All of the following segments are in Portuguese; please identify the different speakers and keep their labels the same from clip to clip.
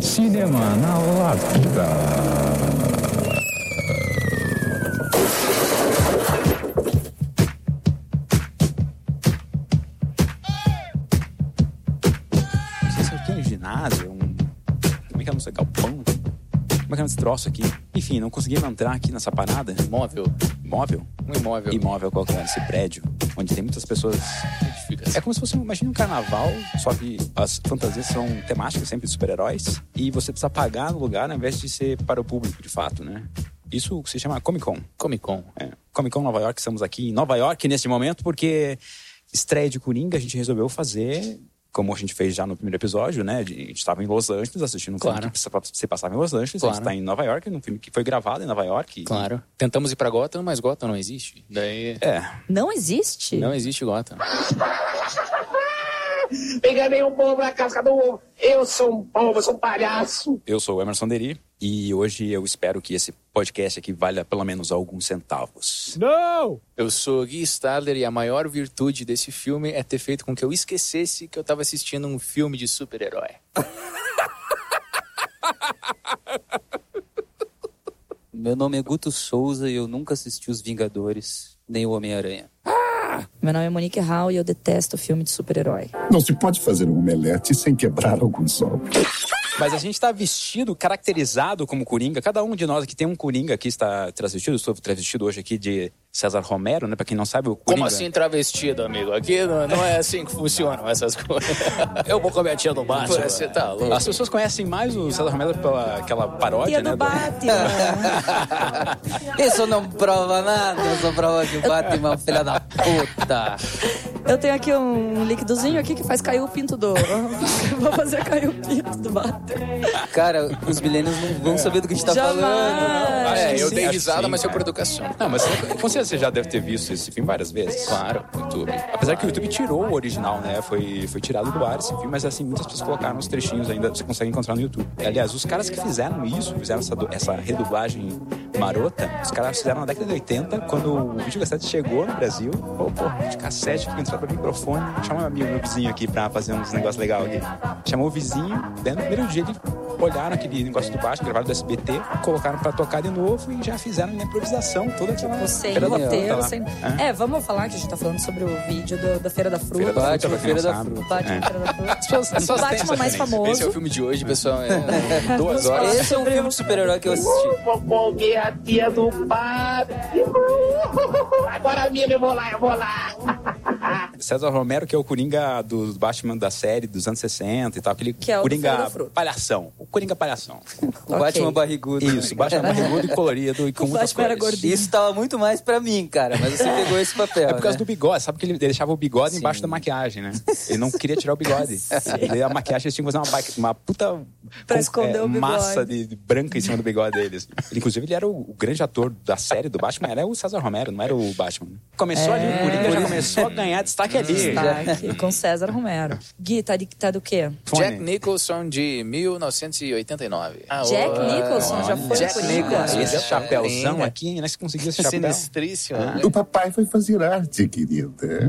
Speaker 1: Cinema na Lata.
Speaker 2: Não sei se é o quê, um ginásio, um... Como é que é, não sei, galpão? Como é que é esse troço aqui? Enfim, não conseguimos entrar aqui nessa parada.
Speaker 3: Móvel.
Speaker 2: Imóvel?
Speaker 3: Um imóvel.
Speaker 2: Imóvel qualquer, esse prédio, onde tem muitas pessoas...
Speaker 3: Edifica-se.
Speaker 2: É como se fosse, um- imagine um carnaval, só que as fantasias são temáticas sempre de super-heróis. E você precisa pagar no lugar, né, ao invés de ser para o público, de fato, né? Isso se chama Comic Con.
Speaker 3: Comic Con.
Speaker 2: É, Comic Con Nova York, estamos aqui em Nova York neste momento, porque estreia de Coringa a gente resolveu fazer, como a gente fez já no primeiro episódio, né? A gente estava em Los Angeles assistindo um
Speaker 3: Claro.
Speaker 2: filme que precisa- se passava em Los Angeles, a
Speaker 3: Claro.
Speaker 2: gente está em Nova York, num filme que foi gravado em Nova York.
Speaker 3: Claro. Tentamos ir pra Gotham, mas Gotham não existe. Daí.
Speaker 2: É,
Speaker 4: Não existe?
Speaker 3: Não existe Gotham.
Speaker 5: Enganei o povo na casca do ovo. Eu sou um povo, eu sou um palhaço.
Speaker 2: eu sou o Emerson Deri e hoje eu espero que esse podcast aqui valha pelo menos alguns centavos.
Speaker 3: Eu sou Gui Stadler e a maior virtude desse filme é ter feito com que eu esquecesse que eu tava assistindo um filme de super-herói.
Speaker 6: Meu nome é Guto Souza e eu nunca assisti Os Vingadores, nem o Homem-Aranha.
Speaker 4: Meu nome é Monique Hall e eu detesto filme de super-herói.
Speaker 7: Não se pode fazer um omelete sem quebrar alguns ovos.
Speaker 2: Mas a gente está vestido, caracterizado como Coringa. Cada um de nós aqui tem um Coringa que está transvestido. Eu Estou transvestido hoje aqui de César Romero, né? Pra quem não sabe, o Coringa...
Speaker 3: Como assim travestido, amigo? Aqui não, não é assim que funcionam essas coisas. Eu vou comer a tia do baixo. Você tá louco.
Speaker 2: As pessoas conhecem mais o César Romero pela aquela paródia,
Speaker 4: Tia
Speaker 2: né? do-
Speaker 4: do Batman.
Speaker 6: Isso não prova nada, só prova que o Batman, é um filho da puta.
Speaker 4: Eu tenho aqui um liquidozinho aqui que faz cair o pinto do... Vou fazer cair o pinto do Batman.
Speaker 6: Cara, os milênios não vão saber do que a gente tá
Speaker 4: Jamais.
Speaker 6: falando.
Speaker 3: Ah, é, eu
Speaker 2: Sim,
Speaker 3: dei
Speaker 2: acho que
Speaker 3: risada,
Speaker 2: sim.
Speaker 3: mas foi por educação.
Speaker 2: Não, mas você- com certeza você já deve ter visto esse filme várias vezes.
Speaker 3: Claro, YouTube.
Speaker 2: Apesar que o YouTube tirou o original, né? Foi, foi tirado do ar esse filme, mas assim, muitas pessoas colocaram os trechinhos ainda, você consegue encontrar no YouTube. Aliás, os caras que fizeram isso, fizeram essa, do- essa redublagem marota, os caras fizeram na década de 80, quando o videocassete chegou no Brasil. Pô, pô, de cassete, fica entrando pra microfone, chama meu, meu vizinho aqui pra fazer uns negócios legais aqui. Chamou o vizinho, daí no primeiro dia ele olharam aquele negócio do baixo, gravaram do SBT, colocaram pra tocar de novo e já fizeram uma improvisação toda aquela...
Speaker 4: Sem
Speaker 2: Feira da Fruta
Speaker 4: roteiro,
Speaker 2: tá lá.
Speaker 4: sem...
Speaker 2: Hã?
Speaker 4: É, vamos falar que a gente tá falando sobre o vídeo do- da Feira da Fruta.
Speaker 2: Feira da Fruta,
Speaker 6: Batman,
Speaker 2: pra quem não
Speaker 6: Feira da
Speaker 2: sabe.
Speaker 4: O Batman,
Speaker 2: É.
Speaker 4: Feira da Fruta.
Speaker 2: pessoas- as
Speaker 4: O
Speaker 2: pessoas têm
Speaker 4: Batman
Speaker 2: essa
Speaker 4: mais
Speaker 2: referência.
Speaker 3: Esse é o
Speaker 4: famoso.
Speaker 3: filme de hoje, pessoal. É, duas horas.
Speaker 6: Esse é um filme de super-herói que eu assisti.
Speaker 5: Fofoguei a tia do padre. Agora, menino, eu vou lá, eu vou lá.
Speaker 2: César Romero, que é o Coringa do Batman da série dos anos 60 e tal. Aquele
Speaker 4: Que é o do Feira
Speaker 2: Coringa
Speaker 4: da Fruta.
Speaker 2: palhação. O Coringa palhação.
Speaker 6: O Batman barrigudo.
Speaker 2: Isso, Batman barrigudo e colorido e com
Speaker 4: O
Speaker 2: muitas
Speaker 4: Batman era
Speaker 2: cores.
Speaker 4: gordinho.
Speaker 6: Isso tava muito mais pra mim, cara, mas você pegou esse papel.
Speaker 2: É por causa
Speaker 6: né?
Speaker 2: do bigode, sabe que ele deixava o bigode
Speaker 6: Sim.
Speaker 2: embaixo da maquiagem, né? Ele não queria tirar o bigode. Daí a maquiagem eles tinham que fazer uma, ba- uma puta com-
Speaker 4: Pra
Speaker 2: é,
Speaker 4: esconder o bigode.
Speaker 2: massa de, de branca em cima do bigode deles. Ele, inclusive, ele era o, o grande ator da série do Batman, era o César Romero, não era o Batman.
Speaker 4: É.
Speaker 2: Começou ali, o Coringa já começou a ganhar destaque ali.
Speaker 4: Stark, Tá, com César Romero. Gui, tá, de, tá do quê?
Speaker 2: Fone.
Speaker 3: Jack Nicholson de 1989. Ah,
Speaker 4: Jack
Speaker 3: o-
Speaker 4: Nicholson já foi
Speaker 3: Jack
Speaker 4: o Coringa.
Speaker 3: Nicholson.
Speaker 2: Esse chapéuzão
Speaker 3: Coringa.
Speaker 2: aqui, hein? Nós conseguimos esse chapéu. Ah.
Speaker 3: Sinistríssimo. né?
Speaker 7: O papai foi fazer arte, querida.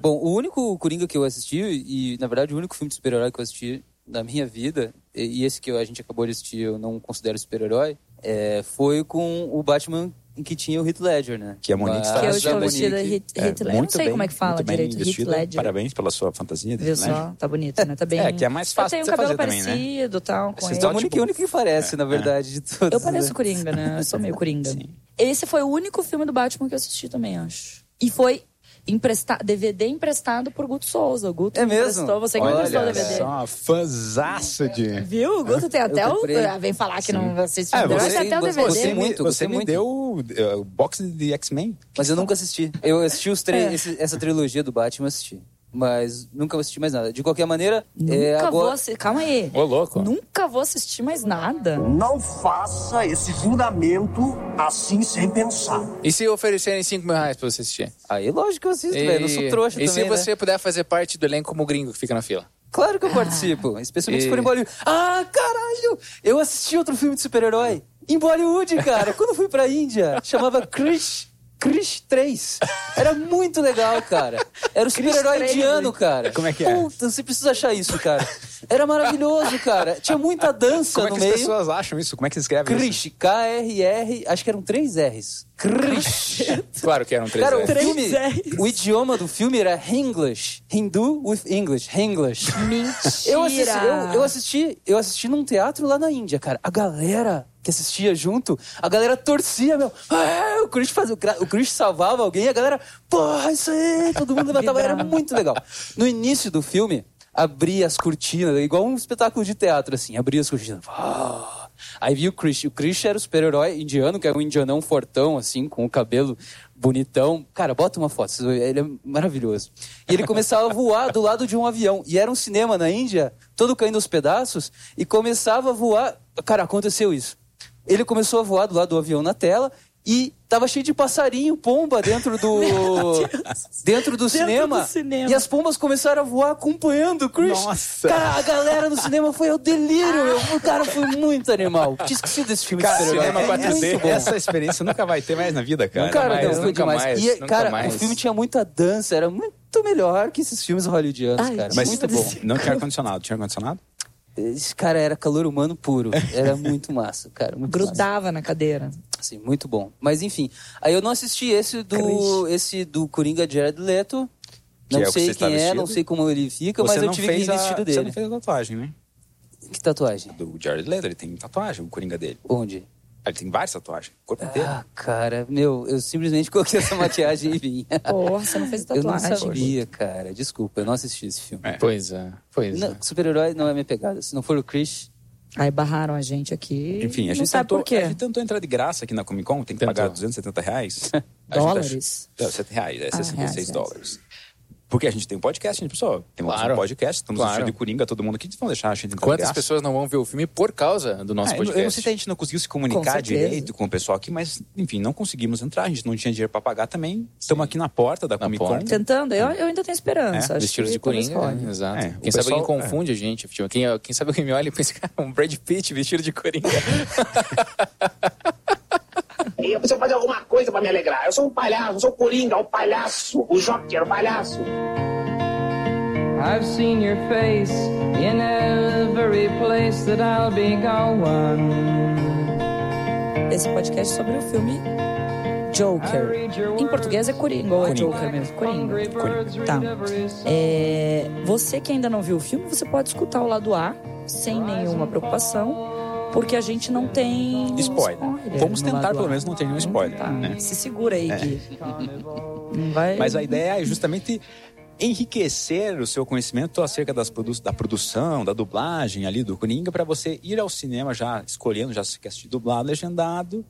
Speaker 6: Bom, o único Coringa que eu assisti, e na verdade o único filme de super-herói que eu assisti na minha vida, e e esse que a gente acabou de assistir eu não considero super-herói, é, foi com o Batman em que tinha o Heath Ledger, né?
Speaker 2: Que a Monique
Speaker 6: Mas-
Speaker 2: está
Speaker 4: Que é eu
Speaker 2: Nossa,
Speaker 4: estou
Speaker 2: Ah, Monique.
Speaker 4: vestida de Heath
Speaker 2: É,
Speaker 4: Heath Ledger. Eu não
Speaker 2: muito
Speaker 4: sei
Speaker 2: bem,
Speaker 4: como é que fala
Speaker 2: muito bem
Speaker 4: direito. Heath
Speaker 2: vestida.
Speaker 4: Ledger.
Speaker 2: Parabéns pela sua fantasia.
Speaker 4: Viu
Speaker 2: Heath Ledger.
Speaker 4: só? Tá bonito, né? Tá bem.
Speaker 2: É, que é mais fácil de
Speaker 4: Eu tenho um
Speaker 2: você
Speaker 4: cabelo
Speaker 2: fazer também, né?
Speaker 4: parecido e tal. Com
Speaker 2: Vocês
Speaker 4: ele.
Speaker 2: Então,
Speaker 6: Então, a Monique
Speaker 2: tipo,
Speaker 6: é o único que parece, na verdade, de todos.
Speaker 4: Eu pareço
Speaker 6: né?
Speaker 4: Coringa, né? Eu sou meio Coringa. Esse foi o único filme do Batman que eu assisti também, acho. E foi empresta... DVD emprestado por Guto Souza. O Guto
Speaker 6: É
Speaker 4: me
Speaker 6: mesmo?
Speaker 4: emprestou, você que me
Speaker 6: Olha
Speaker 4: emprestou o DVD.
Speaker 2: Só fãzaça de...
Speaker 4: Viu? O Guto tem até o.
Speaker 6: comprei.
Speaker 4: Ah, Vem falar que não assiste
Speaker 2: É,
Speaker 4: filme.
Speaker 2: você-
Speaker 4: Mas tem até o
Speaker 6: você-
Speaker 4: DVD.
Speaker 2: Você, me-
Speaker 6: muito,
Speaker 2: você
Speaker 6: gostei
Speaker 2: me
Speaker 6: muito.
Speaker 2: deu uh, o box de X-Men?
Speaker 6: Mas eu nunca assisti. Eu assisti os três,
Speaker 4: É.
Speaker 6: esse- essa trilogia do Batman, eu assisti. Mas nunca assisti mais nada. De qualquer maneira,
Speaker 4: Nunca
Speaker 6: é,
Speaker 4: vou
Speaker 6: agora...
Speaker 4: assistir. Calma aí.
Speaker 3: Ô, louco.
Speaker 4: Nunca vou assistir mais nada.
Speaker 8: Não faça esse fundamento assim sem pensar.
Speaker 3: E se oferecerem 5 mil reais pra você assistir?
Speaker 6: Aí, lógico que eu assisto,
Speaker 3: E-
Speaker 6: velho. Eu não sou trouxa
Speaker 3: E
Speaker 6: também,
Speaker 3: se
Speaker 6: né?
Speaker 3: você puder fazer parte do elenco como gringo que fica na fila?
Speaker 6: Claro que eu participo, especialmente
Speaker 3: E-
Speaker 6: se for em Bollywood. Ah, caralho! Eu assisti outro filme de super-herói em Bollywood, cara, quando eu fui pra Índia. Chamava Krish. Chris 3. Era muito legal, cara. Era o super-herói de ano, cara.
Speaker 2: Como é que é?
Speaker 6: Puta, você precisa achar isso, cara. Era maravilhoso, cara. Tinha muita dança
Speaker 2: Como é que
Speaker 6: no
Speaker 2: as
Speaker 6: meio.
Speaker 2: pessoas acham isso? Como é que se escreve isso?
Speaker 6: Krish, K-R-R, acho que eram três R's. Krish.
Speaker 3: Claro que eram três
Speaker 6: Cara, o
Speaker 3: R's.
Speaker 4: Três
Speaker 6: filme,
Speaker 4: R's.
Speaker 6: o idioma do filme era English. Hindu with English. English.
Speaker 4: Mentira.
Speaker 6: Eu assisti, eu, eu assisti, eu assisti num teatro lá na Índia, cara. A galera que assistia junto, a galera torcia, meu. Ah, o Chris fazia, o Cra- o Chris salvava alguém, e a galera, porra, isso aí, todo mundo levantava, era muito legal. No início do filme, abria as cortinas, igual um espetáculo de teatro assim, abria as cortinas. Ah. Aí vi o Chris, o Chris era o super-herói indiano, que era um indianão fortão assim, com o cabelo bonitão. Cara, bota uma foto, vocês vão ver, ele é maravilhoso. E ele começava a voar do lado de um avião. E era um cinema na Índia, todo caindo aos pedaços, e começava a voar. Cara, aconteceu isso. Ele começou a voar do lado do avião na tela e tava cheio de passarinho, pomba dentro do. dentro do cinema.
Speaker 4: do cinema.
Speaker 6: E as pombas começaram a voar acompanhando o Chris.
Speaker 2: Nossa.
Speaker 6: Cara, a galera no cinema foi ao delírio, meu. O cara foi muito animal. Tinha esquecido desse filme
Speaker 2: Cara,
Speaker 6: de super-herói.
Speaker 2: cinema
Speaker 6: É muito
Speaker 2: 4D.
Speaker 6: bom.
Speaker 2: Essa experiência nunca vai ter mais na vida, cara.
Speaker 6: Cara,
Speaker 3: mais,
Speaker 6: não, foi
Speaker 3: nunca
Speaker 6: demais.
Speaker 3: mais,
Speaker 6: E,
Speaker 3: nunca
Speaker 6: cara,
Speaker 3: mais.
Speaker 6: o filme tinha muita dança, era muito melhor que esses filmes hollywoodianos,
Speaker 4: Ai,
Speaker 6: cara.
Speaker 4: Mas-
Speaker 6: muito bom.
Speaker 2: Não tinha ar-condicionado. Tinha ar-condicionado?
Speaker 6: Esse cara era calor humano puro. Era muito massa, cara. Muito massa.
Speaker 4: Grudava na cadeira.
Speaker 6: Assim, muito bom. Mas enfim, aí eu não assisti esse do, esse do Coringa Jared Leto.
Speaker 2: Que é
Speaker 6: Não
Speaker 2: o que
Speaker 6: sei
Speaker 2: você está
Speaker 6: quem é,
Speaker 2: vestido.
Speaker 6: não sei como ele fica, mas eu
Speaker 2: não
Speaker 6: tive que ir
Speaker 2: fez a-
Speaker 6: vestido
Speaker 2: Você
Speaker 6: dele.
Speaker 2: não fez a tatuagem, né?
Speaker 6: Que tatuagem?
Speaker 2: Do Jared Leto, ele tem tatuagem, o Coringa dele.
Speaker 6: Onde?
Speaker 2: Ele tem várias tatuagens, o corpo inteiro.
Speaker 6: Ah, cara, meu, eu simplesmente coloquei essa maquiagem e vim.
Speaker 4: Porra, você não fez
Speaker 6: Eu não
Speaker 4: tatuagem.
Speaker 6: sabia, cara. Desculpa, eu não assisti esse filme.
Speaker 3: Pois é, pois é.
Speaker 6: Não, Super-herói não é minha pegada. Se não for o Chris,
Speaker 4: Aí barraram a gente aqui.
Speaker 2: Enfim, a
Speaker 4: não
Speaker 2: gente,
Speaker 4: sabe
Speaker 2: tentou,
Speaker 4: por quê.
Speaker 2: a gente tentou entrar de graça aqui na Comic Con, tem que
Speaker 3: Tentou.
Speaker 2: pagar 270 reais. A gente tá
Speaker 4: Dólares?
Speaker 2: ach- Não, 70 reais, é 66
Speaker 4: Ah, reais,
Speaker 2: dólares. Porque a gente tem um podcast, gente, pessoal. Tem um
Speaker 3: Claro.
Speaker 2: podcast, estamos
Speaker 3: Claro.
Speaker 2: assistindo de Coringa, todo mundo aqui, vão deixar a gente entrar de
Speaker 3: Quantas
Speaker 2: graça.
Speaker 3: pessoas não vão ver o filme por causa do nosso
Speaker 2: Ah, eu, não-
Speaker 3: podcast?
Speaker 2: eu não sei se a gente não conseguiu se comunicar
Speaker 4: Com certeza.
Speaker 2: direito com o pessoal aqui, mas, enfim, não conseguimos entrar, a gente não tinha dinheiro pra pagar também. Estamos aqui na porta da Comic Con.
Speaker 3: porta.
Speaker 4: Tentando, eu, eu ainda tenho esperança.
Speaker 2: É,
Speaker 4: acho
Speaker 3: Vestidos
Speaker 4: que
Speaker 3: de
Speaker 4: talvez
Speaker 3: Coringa,
Speaker 4: role.
Speaker 3: né? exato.
Speaker 2: É, o
Speaker 3: quem sabe
Speaker 2: pessoal-
Speaker 3: alguém confunde a gente, tipo, quem, quem sabe alguém me olha e pensa, cara, um Brad Pitt vestido de Coringa.
Speaker 5: Eu preciso fazer alguma coisa pra me alegrar. Eu sou um palhaço, eu sou o Coringa, o palhaço, o Joker, o palhaço.
Speaker 9: I've seen your face in every place that I'll be going.
Speaker 4: Esse podcast é sobre o filme
Speaker 9: I
Speaker 4: Joker.
Speaker 9: read your
Speaker 4: Em português é
Speaker 9: words.
Speaker 4: Coringa, ou é
Speaker 2: Coringa.
Speaker 4: Joker mesmo?
Speaker 9: Hungry
Speaker 4: Coringa.
Speaker 9: birds
Speaker 4: Tá.
Speaker 9: read every song.
Speaker 4: É, você que ainda não viu o filme, você pode escutar o lado A sem nenhuma preocupação, porque a gente não tem
Speaker 2: Spoiler. Vamos
Speaker 4: no
Speaker 2: tentar,
Speaker 4: lado A.
Speaker 2: pelo menos, não ter nenhum
Speaker 4: Vamos
Speaker 2: spoiler,
Speaker 4: tentar.
Speaker 2: né?
Speaker 4: Se segura aí, Gui. Não vai.
Speaker 2: Mas a ideia é justamente enriquecer o seu conhecimento acerca das produ- da produção, da dublagem ali do Coringa, para você ir ao cinema já escolhendo, já se quer assistir dublado, legendado,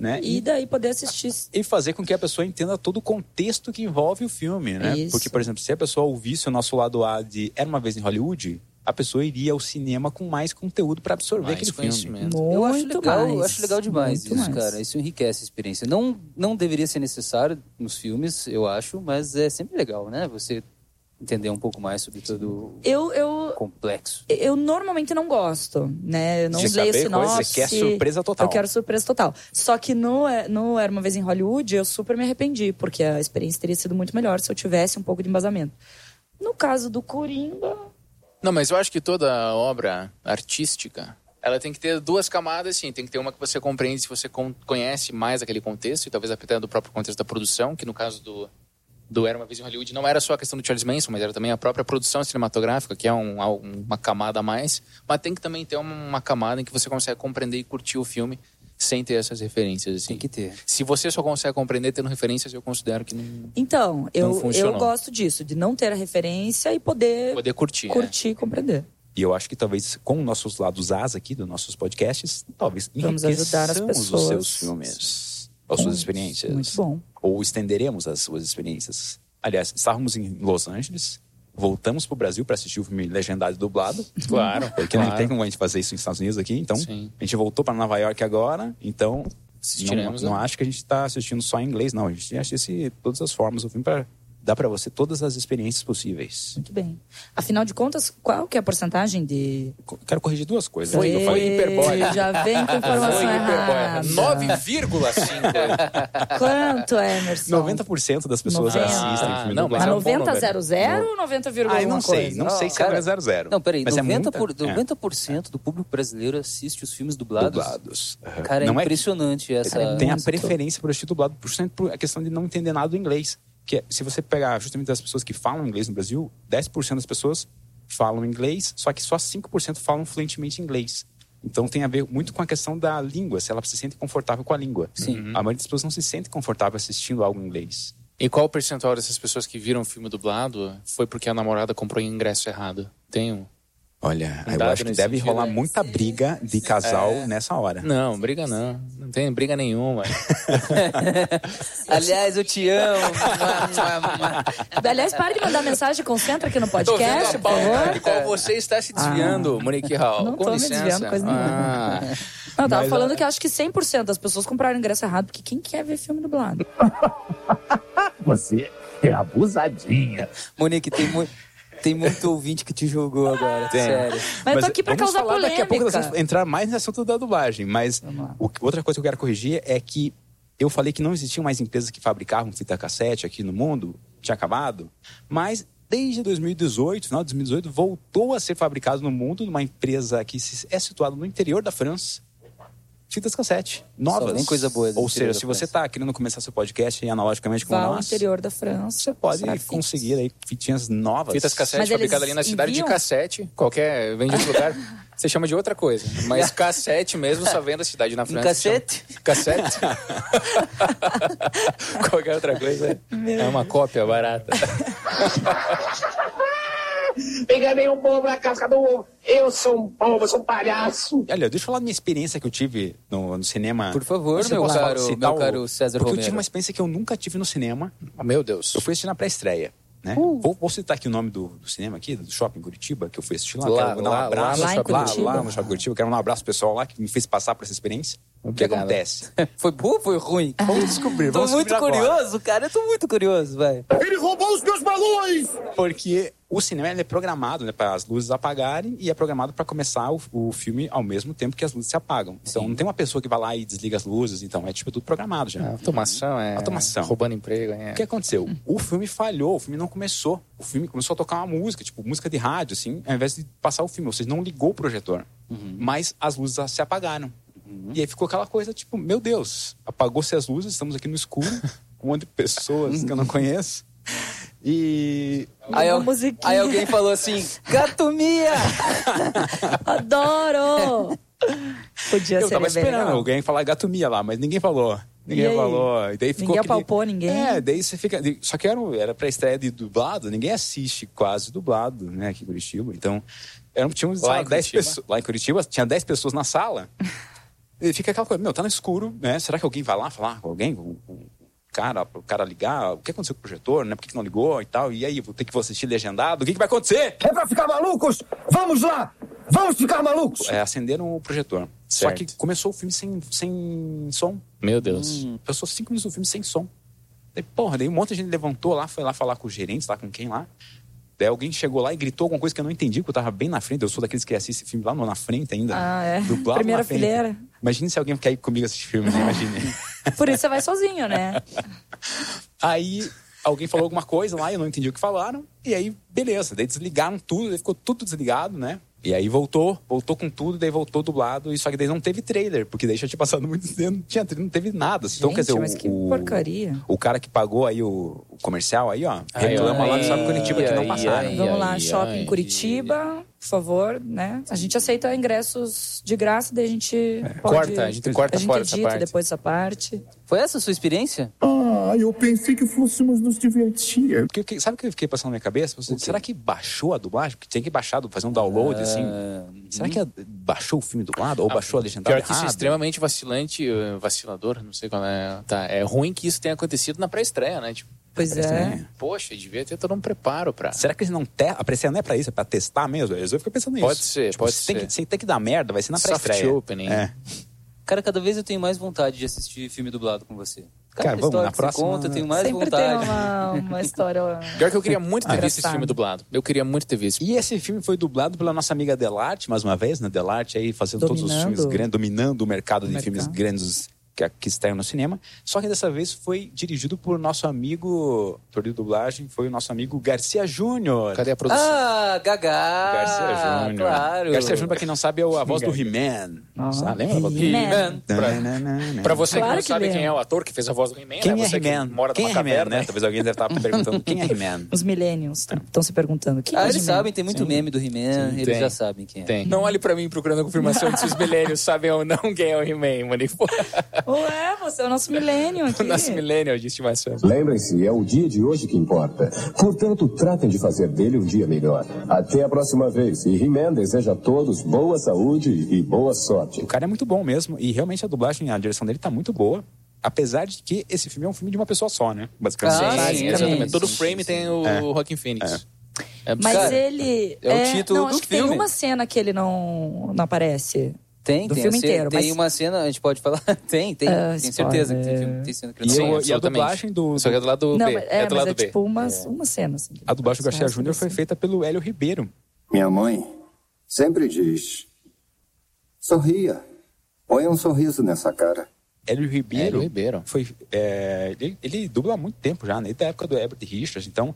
Speaker 2: né?
Speaker 4: E daí poder assistir.
Speaker 2: e fazer com que a pessoa entenda todo o contexto que envolve o filme, né?
Speaker 4: Isso.
Speaker 2: Porque, por exemplo, se a pessoa ouvisse o nosso lado A de Era uma vez em Hollywood, a pessoa iria ao cinema com mais conteúdo para absorver
Speaker 3: Mais
Speaker 2: aquele filme.
Speaker 3: conhecimento.
Speaker 4: Muito
Speaker 6: eu acho legal,
Speaker 4: mais.
Speaker 6: eu acho legal demais
Speaker 4: Muito
Speaker 6: isso,
Speaker 4: mais.
Speaker 6: cara. Isso enriquece a experiência. Não, não deveria ser necessário nos filmes, eu acho, mas é sempre legal, né? Você entender um pouco mais sobre todo
Speaker 4: Eu,
Speaker 6: o
Speaker 4: eu,
Speaker 6: complexo.
Speaker 4: eu normalmente não gosto, né? Eu não
Speaker 2: Você saber
Speaker 4: leio
Speaker 2: coisa,
Speaker 4: sinopse.
Speaker 2: você quer é surpresa total.
Speaker 4: Eu quero surpresa total. Só que no, é- no Era Uma Vez em Hollywood, eu super me arrependi, porque a experiência teria sido muito melhor se eu tivesse um pouco de embasamento. No caso do Coringa,
Speaker 3: Não, mas eu acho que toda obra artística, ela tem que ter duas camadas, sim. Tem que ter uma que você compreende se você con- conhece mais aquele contexto, e talvez até do próprio contexto da produção, que no caso do, do Era Uma Vez em Hollywood, não era só a questão do Charles Manson, mas era também a própria produção cinematográfica, que é um- al- uma camada a mais. Mas tem que também ter um, uma, uma camada em que você consegue compreender e curtir o filme sem ter essas referências, assim.
Speaker 6: Tem que ter.
Speaker 3: Se você só consegue compreender tendo referências, eu considero que não
Speaker 4: Então, eu, eu
Speaker 3: funcionou.
Speaker 4: gosto disso, de não ter a referência e poder,
Speaker 3: poder curtir. né?
Speaker 4: curtir e compreender.
Speaker 2: E eu acho que talvez com nossos lados As aqui, dos nossos podcasts, talvez
Speaker 4: Vamos ajudar as
Speaker 2: enriqueçamos os
Speaker 4: pessoas.
Speaker 2: seus filmes, as suas experiências.
Speaker 4: Muito bom.
Speaker 2: Ou estenderemos as suas experiências. Aliás, estávamos em Los Angeles, voltamos para o Brasil para assistir o filme legendado e dublado.
Speaker 3: Claro,
Speaker 2: Porque não
Speaker 3: claro.
Speaker 2: tem como a gente fazer isso nos Estados Unidos aqui, então
Speaker 3: Sim.
Speaker 2: a gente voltou para Nova York agora, então não,
Speaker 3: Assistiremos,
Speaker 2: não
Speaker 3: né?
Speaker 2: tá acho que a gente está assistindo só em inglês, não. A gente assiste todas as formas do filme para dá pra você todas as experiências possíveis.
Speaker 4: Muito bem. Afinal de contas, qual que é a porcentagem de...
Speaker 2: Co- Quero corrigir duas coisas.
Speaker 4: Foi,
Speaker 2: que eu falei.
Speaker 3: hiperbólica.
Speaker 4: Já vem com informação
Speaker 3: é?
Speaker 6: Ah,
Speaker 4: errada.
Speaker 6: tá.
Speaker 3: 9,5.
Speaker 4: Quanto, Emerson?
Speaker 2: 90% das pessoas
Speaker 4: Noventa.
Speaker 2: assistem
Speaker 3: Ah,
Speaker 2: filme
Speaker 3: não,
Speaker 4: A
Speaker 3: mas
Speaker 2: dublado.
Speaker 3: é um bom
Speaker 4: 90
Speaker 3: número.
Speaker 4: 00 ou 90,
Speaker 2: Ah, eu
Speaker 4: alguma
Speaker 2: não sei.
Speaker 4: coisa?
Speaker 2: Não sei se
Speaker 6: cara,
Speaker 2: é 0 0
Speaker 6: é Não, peraí,
Speaker 2: mas
Speaker 6: 90%,
Speaker 2: é
Speaker 6: por,
Speaker 2: muita.
Speaker 6: 90% do público brasileiro assiste os filmes
Speaker 2: É,
Speaker 6: dublados.
Speaker 2: dublados. Aham.
Speaker 6: Cara, é
Speaker 2: não é
Speaker 6: impressionante essa...
Speaker 2: tem a preferência por assistir dublado por cento por a questão de não entender nada do inglês. Que é, se você pegar justamente as pessoas que falam inglês no Brasil, 10% das pessoas falam inglês, só que só 5% falam fluentemente inglês. Então tem a ver muito com a questão da língua, se ela se sente confortável com a língua.
Speaker 6: Sim.
Speaker 2: A maioria das pessoas não se sente confortável assistindo algo em inglês.
Speaker 3: E qual o percentual dessas pessoas que viram o filme dublado foi porque a namorada comprou o ingresso errado? Tem um?
Speaker 2: Olha,
Speaker 3: eu Dado acho que nesse deve sentido, rolar
Speaker 2: muita briga de casal nessa hora.
Speaker 3: Não, briga não. Não tem briga nenhuma.
Speaker 6: Aliás, eu te amo.
Speaker 4: Aliás, para de mandar mensagem, concentra aqui no
Speaker 3: Tô vendo
Speaker 4: podcast,
Speaker 3: a
Speaker 4: por
Speaker 3: pauta de
Speaker 4: favor. Ah.
Speaker 3: qual você está se desviando, Monique Hall.
Speaker 4: Não
Speaker 3: Com
Speaker 4: tô me
Speaker 3: licença.
Speaker 4: desviando coisa nenhuma.
Speaker 3: Ah,
Speaker 4: Não, eu tava
Speaker 2: Mas, ah,
Speaker 4: falando
Speaker 2: ó,
Speaker 4: que eu acho que 100% das pessoas compraram ingresso errado, porque quem quer ver filme dublado?
Speaker 5: Você é abusadinha.
Speaker 6: Monique, tem, mu- tem muito ouvinte que te julgou agora,
Speaker 2: Tem.
Speaker 6: sério.
Speaker 4: Mas, eu tô aqui pra
Speaker 2: vamos
Speaker 4: causar
Speaker 2: falar
Speaker 4: polêmica.
Speaker 2: Daqui a pouco nós vamos entrar mais no assunto da dublagem. Mas
Speaker 4: Vamos lá.
Speaker 2: o que- outra coisa que eu quero corrigir é que eu falei que não existiam mais empresas que fabricavam fita cassete aqui no mundo, tinha acabado, mas desde 2018, final de 2018, voltou a ser fabricado no mundo numa empresa que se- é situada no interior da França. Fitas cassete, novas.
Speaker 6: vem coisa boa do
Speaker 2: Ou
Speaker 6: interior
Speaker 2: seja,
Speaker 6: da
Speaker 2: se você
Speaker 6: França. um
Speaker 2: está querendo começar seu podcast analogicamente como
Speaker 4: Vá ao
Speaker 2: nós,
Speaker 4: interior da França.
Speaker 2: você pode
Speaker 4: comprar fitas.
Speaker 2: conseguir aí fitinhas novas.
Speaker 3: fitas cassete
Speaker 4: Mas eles
Speaker 3: fabricadas ali na cidade de
Speaker 4: enviam?
Speaker 3: cassete. Qualquer, vende em outro lugar. Você chama de outra coisa. Mas cassete mesmo só vende a cidade na
Speaker 6: Um
Speaker 3: França.
Speaker 6: cacete?
Speaker 3: Chama- Cassete? Qualquer outra coisa. É uma cópia barata.
Speaker 5: Enganei um povo na casca do ovo. Eu sou um povo, eu sou um palhaço.
Speaker 2: Olha, deixa eu falar da minha experiência que eu tive no, no cinema.
Speaker 6: Por favor,
Speaker 2: Você
Speaker 6: meu
Speaker 2: posso
Speaker 6: caro-
Speaker 2: citar
Speaker 6: meu
Speaker 2: o-
Speaker 6: caro César
Speaker 2: Porque eu
Speaker 6: Romero.
Speaker 2: tive uma experiência que eu nunca tive no cinema.
Speaker 3: Meu Deus.
Speaker 2: Eu fui assistir na pré-estreia. Né? Vou, vou citar aqui o nome do, do cinema aqui, do shopping Curitiba, que eu fui assistir lá.
Speaker 3: Lá,
Speaker 2: quero dar um
Speaker 3: lá,
Speaker 2: abraço
Speaker 4: lá no shopping
Speaker 2: lá,
Speaker 4: Curitiba.
Speaker 2: lá no shopping Curitiba. Quero dar um abraço pro pessoal lá que me fez passar por essa experiência. O que
Speaker 3: Obrigado.
Speaker 2: acontece?
Speaker 6: Foi bom ou foi ruim?
Speaker 2: Vamos descobrir.
Speaker 6: Tô
Speaker 2: Vamos
Speaker 6: muito
Speaker 2: descobrir agora.
Speaker 6: curioso, cara. Eu tô muito curioso, vai.
Speaker 8: Ele roubou os meus balões!
Speaker 2: Porque o cinema ele é programado né, para as luzes apagarem e é programado para começar o, o filme ao mesmo tempo que as luzes se apagam. Então não tem uma pessoa que vai lá e desliga as luzes. Então é tipo tudo programado já.
Speaker 3: Ah, Automação é.
Speaker 2: Automação.
Speaker 3: Roubando emprego, é.
Speaker 2: O que aconteceu? O filme falhou, o filme não começou. O filme começou a tocar uma música, tipo música de rádio, assim, ao invés de passar o filme. Ou seja, não ligou o projetor. Mas as luzes se apagaram. E aí ficou aquela coisa, tipo, meu Deus, apagou-se as luzes, estamos aqui no escuro, com um monte de pessoas que eu não conheço. E
Speaker 6: Aí, al-
Speaker 4: Uma musiquinha.
Speaker 6: aí alguém falou assim, Gatomia!
Speaker 4: Adoro! Podia
Speaker 2: eu
Speaker 4: ser
Speaker 2: tava
Speaker 4: bem
Speaker 2: esperando
Speaker 4: legal.
Speaker 2: alguém falar gatomia lá, mas ninguém falou.
Speaker 4: E
Speaker 2: Ninguém
Speaker 4: aí?
Speaker 2: falou. E daí ficou
Speaker 4: Ninguém
Speaker 2: aquele-
Speaker 4: apalpou ninguém?
Speaker 2: É, daí você fica. Só que era, um- era pra estreia de dublado, ninguém assiste quase dublado, né, aqui em Curitiba. Então, eram, tinha uns, sei
Speaker 3: Lá
Speaker 2: lá,
Speaker 3: em
Speaker 2: 10
Speaker 3: Curitiba?
Speaker 2: pessoas. Lá em Curitiba, tinha 10 pessoas na sala. E fica aquela coisa, meu, tá no escuro, né? Será que alguém vai lá falar com alguém? Com, com o cara, o cara ligar? "Ah, O que aconteceu com o projetor, né? Por que, que não ligou e tal? E aí, vou ter que vou assistir legendado? O que, que vai acontecer?
Speaker 8: É pra ficar malucos? Vamos lá! Vamos ficar malucos!
Speaker 2: É, acenderam o projetor. Só
Speaker 3: Certo.
Speaker 2: que começou o filme sem, sem som.
Speaker 3: Meu Deus.
Speaker 2: Passou cinco minutos do filme sem som. Daí, porra, daí um monte de gente levantou lá, foi lá falar com os gerentes, lá com quem lá. Daí alguém chegou lá e gritou alguma coisa que eu não entendi, porque eu tava bem na frente. Eu sou daqueles que assiste filme lá no- na frente ainda.
Speaker 4: Ah, é.
Speaker 2: Dublado
Speaker 4: Primeira
Speaker 2: na frente.
Speaker 4: fileira.
Speaker 2: Imagine se alguém quer ir comigo assistir filme, né? Imagine.
Speaker 4: Por isso você vai sozinho, né?
Speaker 2: aí alguém falou alguma coisa lá, eu não entendi o que falaram. E aí, beleza. Daí desligaram tudo, daí ficou tudo desligado, né? E aí voltou, voltou com tudo, daí voltou dublado. E só que daí não teve trailer, porque daí já tinha passado muito tempo, não, tinha, não teve nada. Então,
Speaker 4: Gente,
Speaker 2: quer dizer,
Speaker 4: mas
Speaker 2: o-
Speaker 4: que
Speaker 2: o,
Speaker 4: porcaria.
Speaker 2: o cara que pagou aí o, o comercial aí, ó,
Speaker 3: Aí,
Speaker 2: reclama
Speaker 3: ó.
Speaker 2: lá do Shopping Curitiba que não
Speaker 3: Aí,
Speaker 2: passaram.
Speaker 3: aí,
Speaker 4: Vamos lá,
Speaker 3: ai,
Speaker 4: shopping
Speaker 3: ai.
Speaker 4: Curitiba, por favor, né? A gente aceita ingressos de graça, daí a gente
Speaker 2: É.
Speaker 4: pode...
Speaker 3: corta, a gente corta
Speaker 4: a gente
Speaker 3: fora essa
Speaker 4: edita
Speaker 3: parte.
Speaker 4: depois essa parte.
Speaker 6: Foi essa a sua experiência?
Speaker 7: Ah, eu pensei que fôssemos nos divertir.
Speaker 2: Porque, que- sabe o que eu fiquei passando na minha cabeça? Você- será que baixou a dublagem? Porque tem que baixar, fazer um download, assim. Será que a- baixou o filme dublado? Ou baixou a legendada
Speaker 3: Ah, hum. Pior que isso é
Speaker 2: errado?
Speaker 3: extremamente vacilante, eh, vacilador, não sei qual é. Tá, é ruim que isso tenha acontecido na pré-estreia, né? Tipo,
Speaker 4: Pois é.
Speaker 2: É.
Speaker 3: poxa, devia ter todo um preparo pra.
Speaker 2: Será que eles não te... a pré-estreia não é pra isso? É pra testar mesmo? Eu fico pensando nisso.
Speaker 3: Pode ser,
Speaker 2: Tipo,
Speaker 3: pode
Speaker 2: se tem
Speaker 3: ser.
Speaker 2: Que, se tem que dar merda, vai ser na
Speaker 3: Soft
Speaker 2: pré-estreia.
Speaker 3: opening.
Speaker 2: É.
Speaker 6: Cara, cada vez eu tenho mais vontade de assistir filme dublado com você. Cada
Speaker 2: Cara, vamos,
Speaker 6: história
Speaker 2: na
Speaker 6: que você
Speaker 2: próxima-
Speaker 6: conta, eu tenho mais
Speaker 4: Sempre
Speaker 6: vontade.
Speaker 4: tem uma, uma história.
Speaker 3: Pior que eu queria muito ter visto esse
Speaker 4: Engraçado.
Speaker 3: filme dublado. Eu queria muito ter visto.
Speaker 2: E esse filme foi dublado pela nossa amiga Delarte, mais uma vez, né? Delarte aí fazendo todos os
Speaker 4: Dominando.
Speaker 2: filmes grandes, dominando o mercado de
Speaker 4: Mercado.
Speaker 2: filmes grandes que, que estreiam no cinema. Só que dessa vez foi dirigido por nosso amigo, ator de dublagem, foi o nosso amigo Garcia Júnior.
Speaker 3: Cadê a produção?
Speaker 6: Ah, Gagá!
Speaker 2: Garcia Júnior.
Speaker 6: Claro.
Speaker 2: Garcia Júnior, pra quem não sabe, é o- a voz do He-Man. Sabe? Lembra? a voz do
Speaker 4: He-Man.
Speaker 6: He-Man.
Speaker 2: Tananana.
Speaker 3: Pra você
Speaker 4: Claro
Speaker 3: que não
Speaker 4: que
Speaker 3: sabe
Speaker 4: ele é.
Speaker 3: quem é o ator que fez a voz do He-Man,
Speaker 2: Quem
Speaker 3: né?
Speaker 2: é
Speaker 3: Você
Speaker 2: He-Man?
Speaker 3: que mora
Speaker 2: Quem é
Speaker 3: numa
Speaker 2: He-Man,
Speaker 3: caverna.
Speaker 2: né? Talvez alguém deve estar perguntando quem é He-Man.
Speaker 4: Os millennials
Speaker 2: Tá.
Speaker 4: estão se perguntando. Quem
Speaker 6: Ah,
Speaker 4: é
Speaker 6: eles
Speaker 4: He-Man?
Speaker 6: sabem, tem muito meme do He-Man, eles
Speaker 3: tem.
Speaker 6: já sabem quem é.
Speaker 3: Tem. Não olhe pra mim procurando a confirmação de se os milênios sabem ou não quem é o He-Man, mano.
Speaker 4: Ué, você é o nosso millennial aqui.
Speaker 3: O nosso millennial de estimação.
Speaker 7: Lembrem-se, é o dia de hoje que importa. Portanto, tratem de fazer dele um dia melhor. Até a próxima vez. E He-Man deseja a todos boa saúde e boa sorte.
Speaker 2: O cara é muito bom mesmo. E realmente a dublagem, a direção dele tá muito boa. Apesar de que esse filme é um filme de uma pessoa só, né? Basicamente.
Speaker 6: Ah,
Speaker 3: Sim,
Speaker 6: sim,
Speaker 3: exatamente.
Speaker 6: sim,
Speaker 3: Todo
Speaker 6: sim,
Speaker 3: frame
Speaker 6: sim.
Speaker 3: tem o
Speaker 2: É.
Speaker 3: Rockin' Phoenix. É
Speaker 4: Mas
Speaker 6: Cara,
Speaker 4: ele.
Speaker 6: é o título
Speaker 4: não,
Speaker 6: do
Speaker 4: acho que
Speaker 6: filme.
Speaker 4: tem uma cena que ele não, não aparece.
Speaker 6: Tem,
Speaker 4: Do
Speaker 6: tem.
Speaker 4: filme
Speaker 6: a cena-
Speaker 4: inteiro,
Speaker 6: Tem
Speaker 4: mas-
Speaker 6: uma cena, a gente pode falar. tem, tem.
Speaker 4: Ah,
Speaker 6: tenho certeza que tem,
Speaker 4: spoiler.
Speaker 6: filme, tem cena que
Speaker 2: E,
Speaker 6: não tem.
Speaker 2: eu- e a
Speaker 3: absolutamente.
Speaker 2: dublagem do.
Speaker 3: Só que é do lado
Speaker 4: não,
Speaker 3: B.
Speaker 4: mas-
Speaker 3: É,
Speaker 4: é,
Speaker 3: do
Speaker 4: mas
Speaker 3: lado
Speaker 4: é
Speaker 3: B.
Speaker 4: tipo umas, uma cena. Assim,
Speaker 2: A dublagem do Garcia
Speaker 4: Essa
Speaker 2: Júnior foi
Speaker 4: assim.
Speaker 2: feita pelo Hélio Ribeiro.
Speaker 10: Minha mãe sempre diz: sorria. Põe um sorriso nessa cara.
Speaker 2: Hélio Ribeiro.
Speaker 3: Hélio Ribeiro.
Speaker 2: Foi, é, ele, ele dubla há muito tempo já, né? Desde a época do Herbert Richards. Então,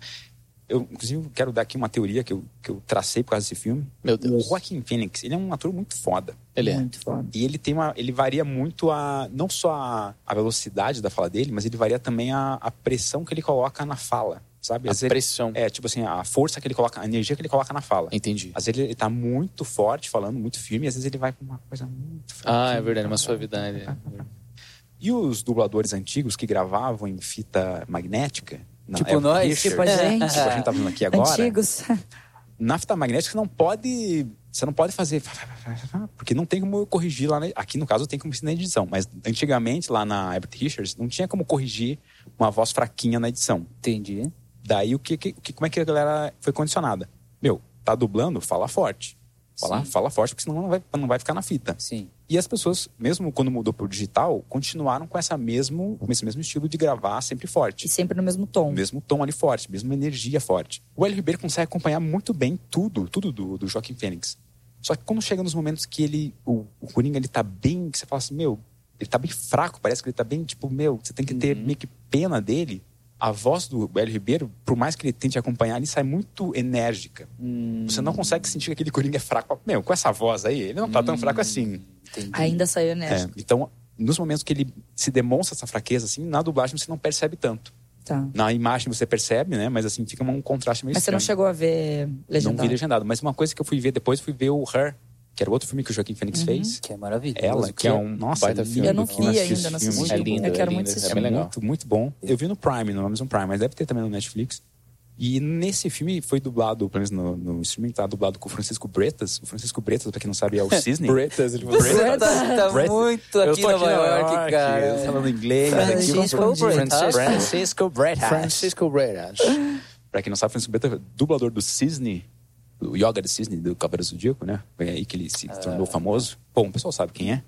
Speaker 2: eu, inclusive, quero dar aqui uma teoria que eu, que eu tracei por causa desse filme.
Speaker 3: Meu Deus.
Speaker 2: O Joaquim Phoenix, ele é um ator muito foda.
Speaker 3: Ele é.
Speaker 4: Muito foda.
Speaker 2: E ele tem uma. Ele varia muito a. não só a, a velocidade da fala dele, mas ele varia também a, a pressão que ele coloca na fala. Sabe?
Speaker 3: A
Speaker 2: Às vezes ele-
Speaker 3: pressão.
Speaker 2: É, tipo assim, a força que ele coloca, a energia que ele coloca na fala.
Speaker 3: Entendi.
Speaker 2: Às vezes ele tá muito forte falando, muito firme, e às vezes ele vai com uma coisa muito forte.
Speaker 3: Ah, é verdade, uma suavidade.
Speaker 2: né? E os dubladores antigos que gravavam em fita magnética? na
Speaker 6: Tipo
Speaker 2: época
Speaker 6: nós?
Speaker 2: do Richard,
Speaker 4: Tipo a gente. É,
Speaker 2: Tipo a gente tá fazendo aqui agora.
Speaker 4: Antigos.
Speaker 2: Na fita magnética você não pode... Você não pode fazer... Porque não tem como corrigir lá... na- Aqui, no caso, tem como ser na edição. Mas antigamente, lá na Herbert Richards, não tinha como corrigir uma voz fraquinha na edição.
Speaker 6: Entendi.
Speaker 2: Daí, o que, que- que- como é que a galera foi condicionada? Meu, tá dublando? Fala forte. Fala, fala forte, porque senão não vai, não vai ficar na fita.
Speaker 6: Sim.
Speaker 2: E as pessoas, mesmo quando mudou pro digital, continuaram com, essa mesmo, com esse mesmo estilo de gravar sempre forte.
Speaker 4: E sempre no mesmo tom.
Speaker 2: Mesmo tom ali forte, mesma energia forte. O Hélio Ribeiro consegue acompanhar muito bem tudo, tudo do, do Joaquim Fênix. Só que quando chega nos momentos que ele, o, o Coringa, ele tá bem, que você fala assim, meu, ele tá bem fraco, parece que ele tá bem, tipo, meu, você tem que ter meio que pena dele. A voz do Hélio Ribeiro, por mais que ele tente acompanhar, ele sai muito enérgica. Você não consegue sentir que aquele Coringa é fraco. Meu, com essa voz aí, ele não tá tão fraco assim.
Speaker 6: Entendi.
Speaker 4: Ainda saiu
Speaker 2: É,
Speaker 4: enérgico.
Speaker 2: então, nos momentos que ele se demonstra essa fraqueza, assim, na dublagem você não percebe tanto.
Speaker 4: Tá.
Speaker 2: Na imagem você percebe, né? Mas assim, fica um contraste meio
Speaker 4: Mas você não
Speaker 2: estranho.
Speaker 4: chegou a ver
Speaker 2: Não vi
Speaker 4: legendado.
Speaker 2: legendado. Mas uma coisa que eu fui ver depois, fui ver o Her, que era o outro filme que o Joaquim Phoenix fez.
Speaker 6: Que é maravilhoso.
Speaker 2: Ela, que é um nossa,
Speaker 3: baita
Speaker 2: lindo,
Speaker 3: filme.
Speaker 4: Uhum. eu não
Speaker 2: que
Speaker 4: vi
Speaker 2: assisti
Speaker 4: ainda,
Speaker 2: esse
Speaker 4: não
Speaker 2: filme.
Speaker 4: assisti.
Speaker 3: É lindo,
Speaker 4: eu quero
Speaker 3: é
Speaker 4: muito
Speaker 3: lindo,
Speaker 4: assistir.
Speaker 3: é bem legal.
Speaker 2: Muito, muito bom. Eu vi no Prime, no Amazon Prime, mas deve ter também no Netflix. E nesse filme foi dublado, pelo menos no, no streaming, tá dublado com o Francisco Bretas. O Francisco Bretas, pra quem não sabe, é o Cisne.
Speaker 3: Bretas, ele falou.
Speaker 6: Você tá, tá
Speaker 2: Brett-
Speaker 6: muito aqui em Nova York, cara.
Speaker 2: eu tá Falando inglês. aqui,
Speaker 6: Francisco Bretas.
Speaker 2: Ah, Francisco Bretas.
Speaker 3: Francisco Bretas.
Speaker 2: Pra quem não sabe, Francisco Bretas é dublador do Cisne, do Yoga do Cisne, do Cavaleiro Zodíaco, né? Foi aí que ele
Speaker 6: Ah.
Speaker 2: se tornou famoso. Bom, o pessoal sabe quem é.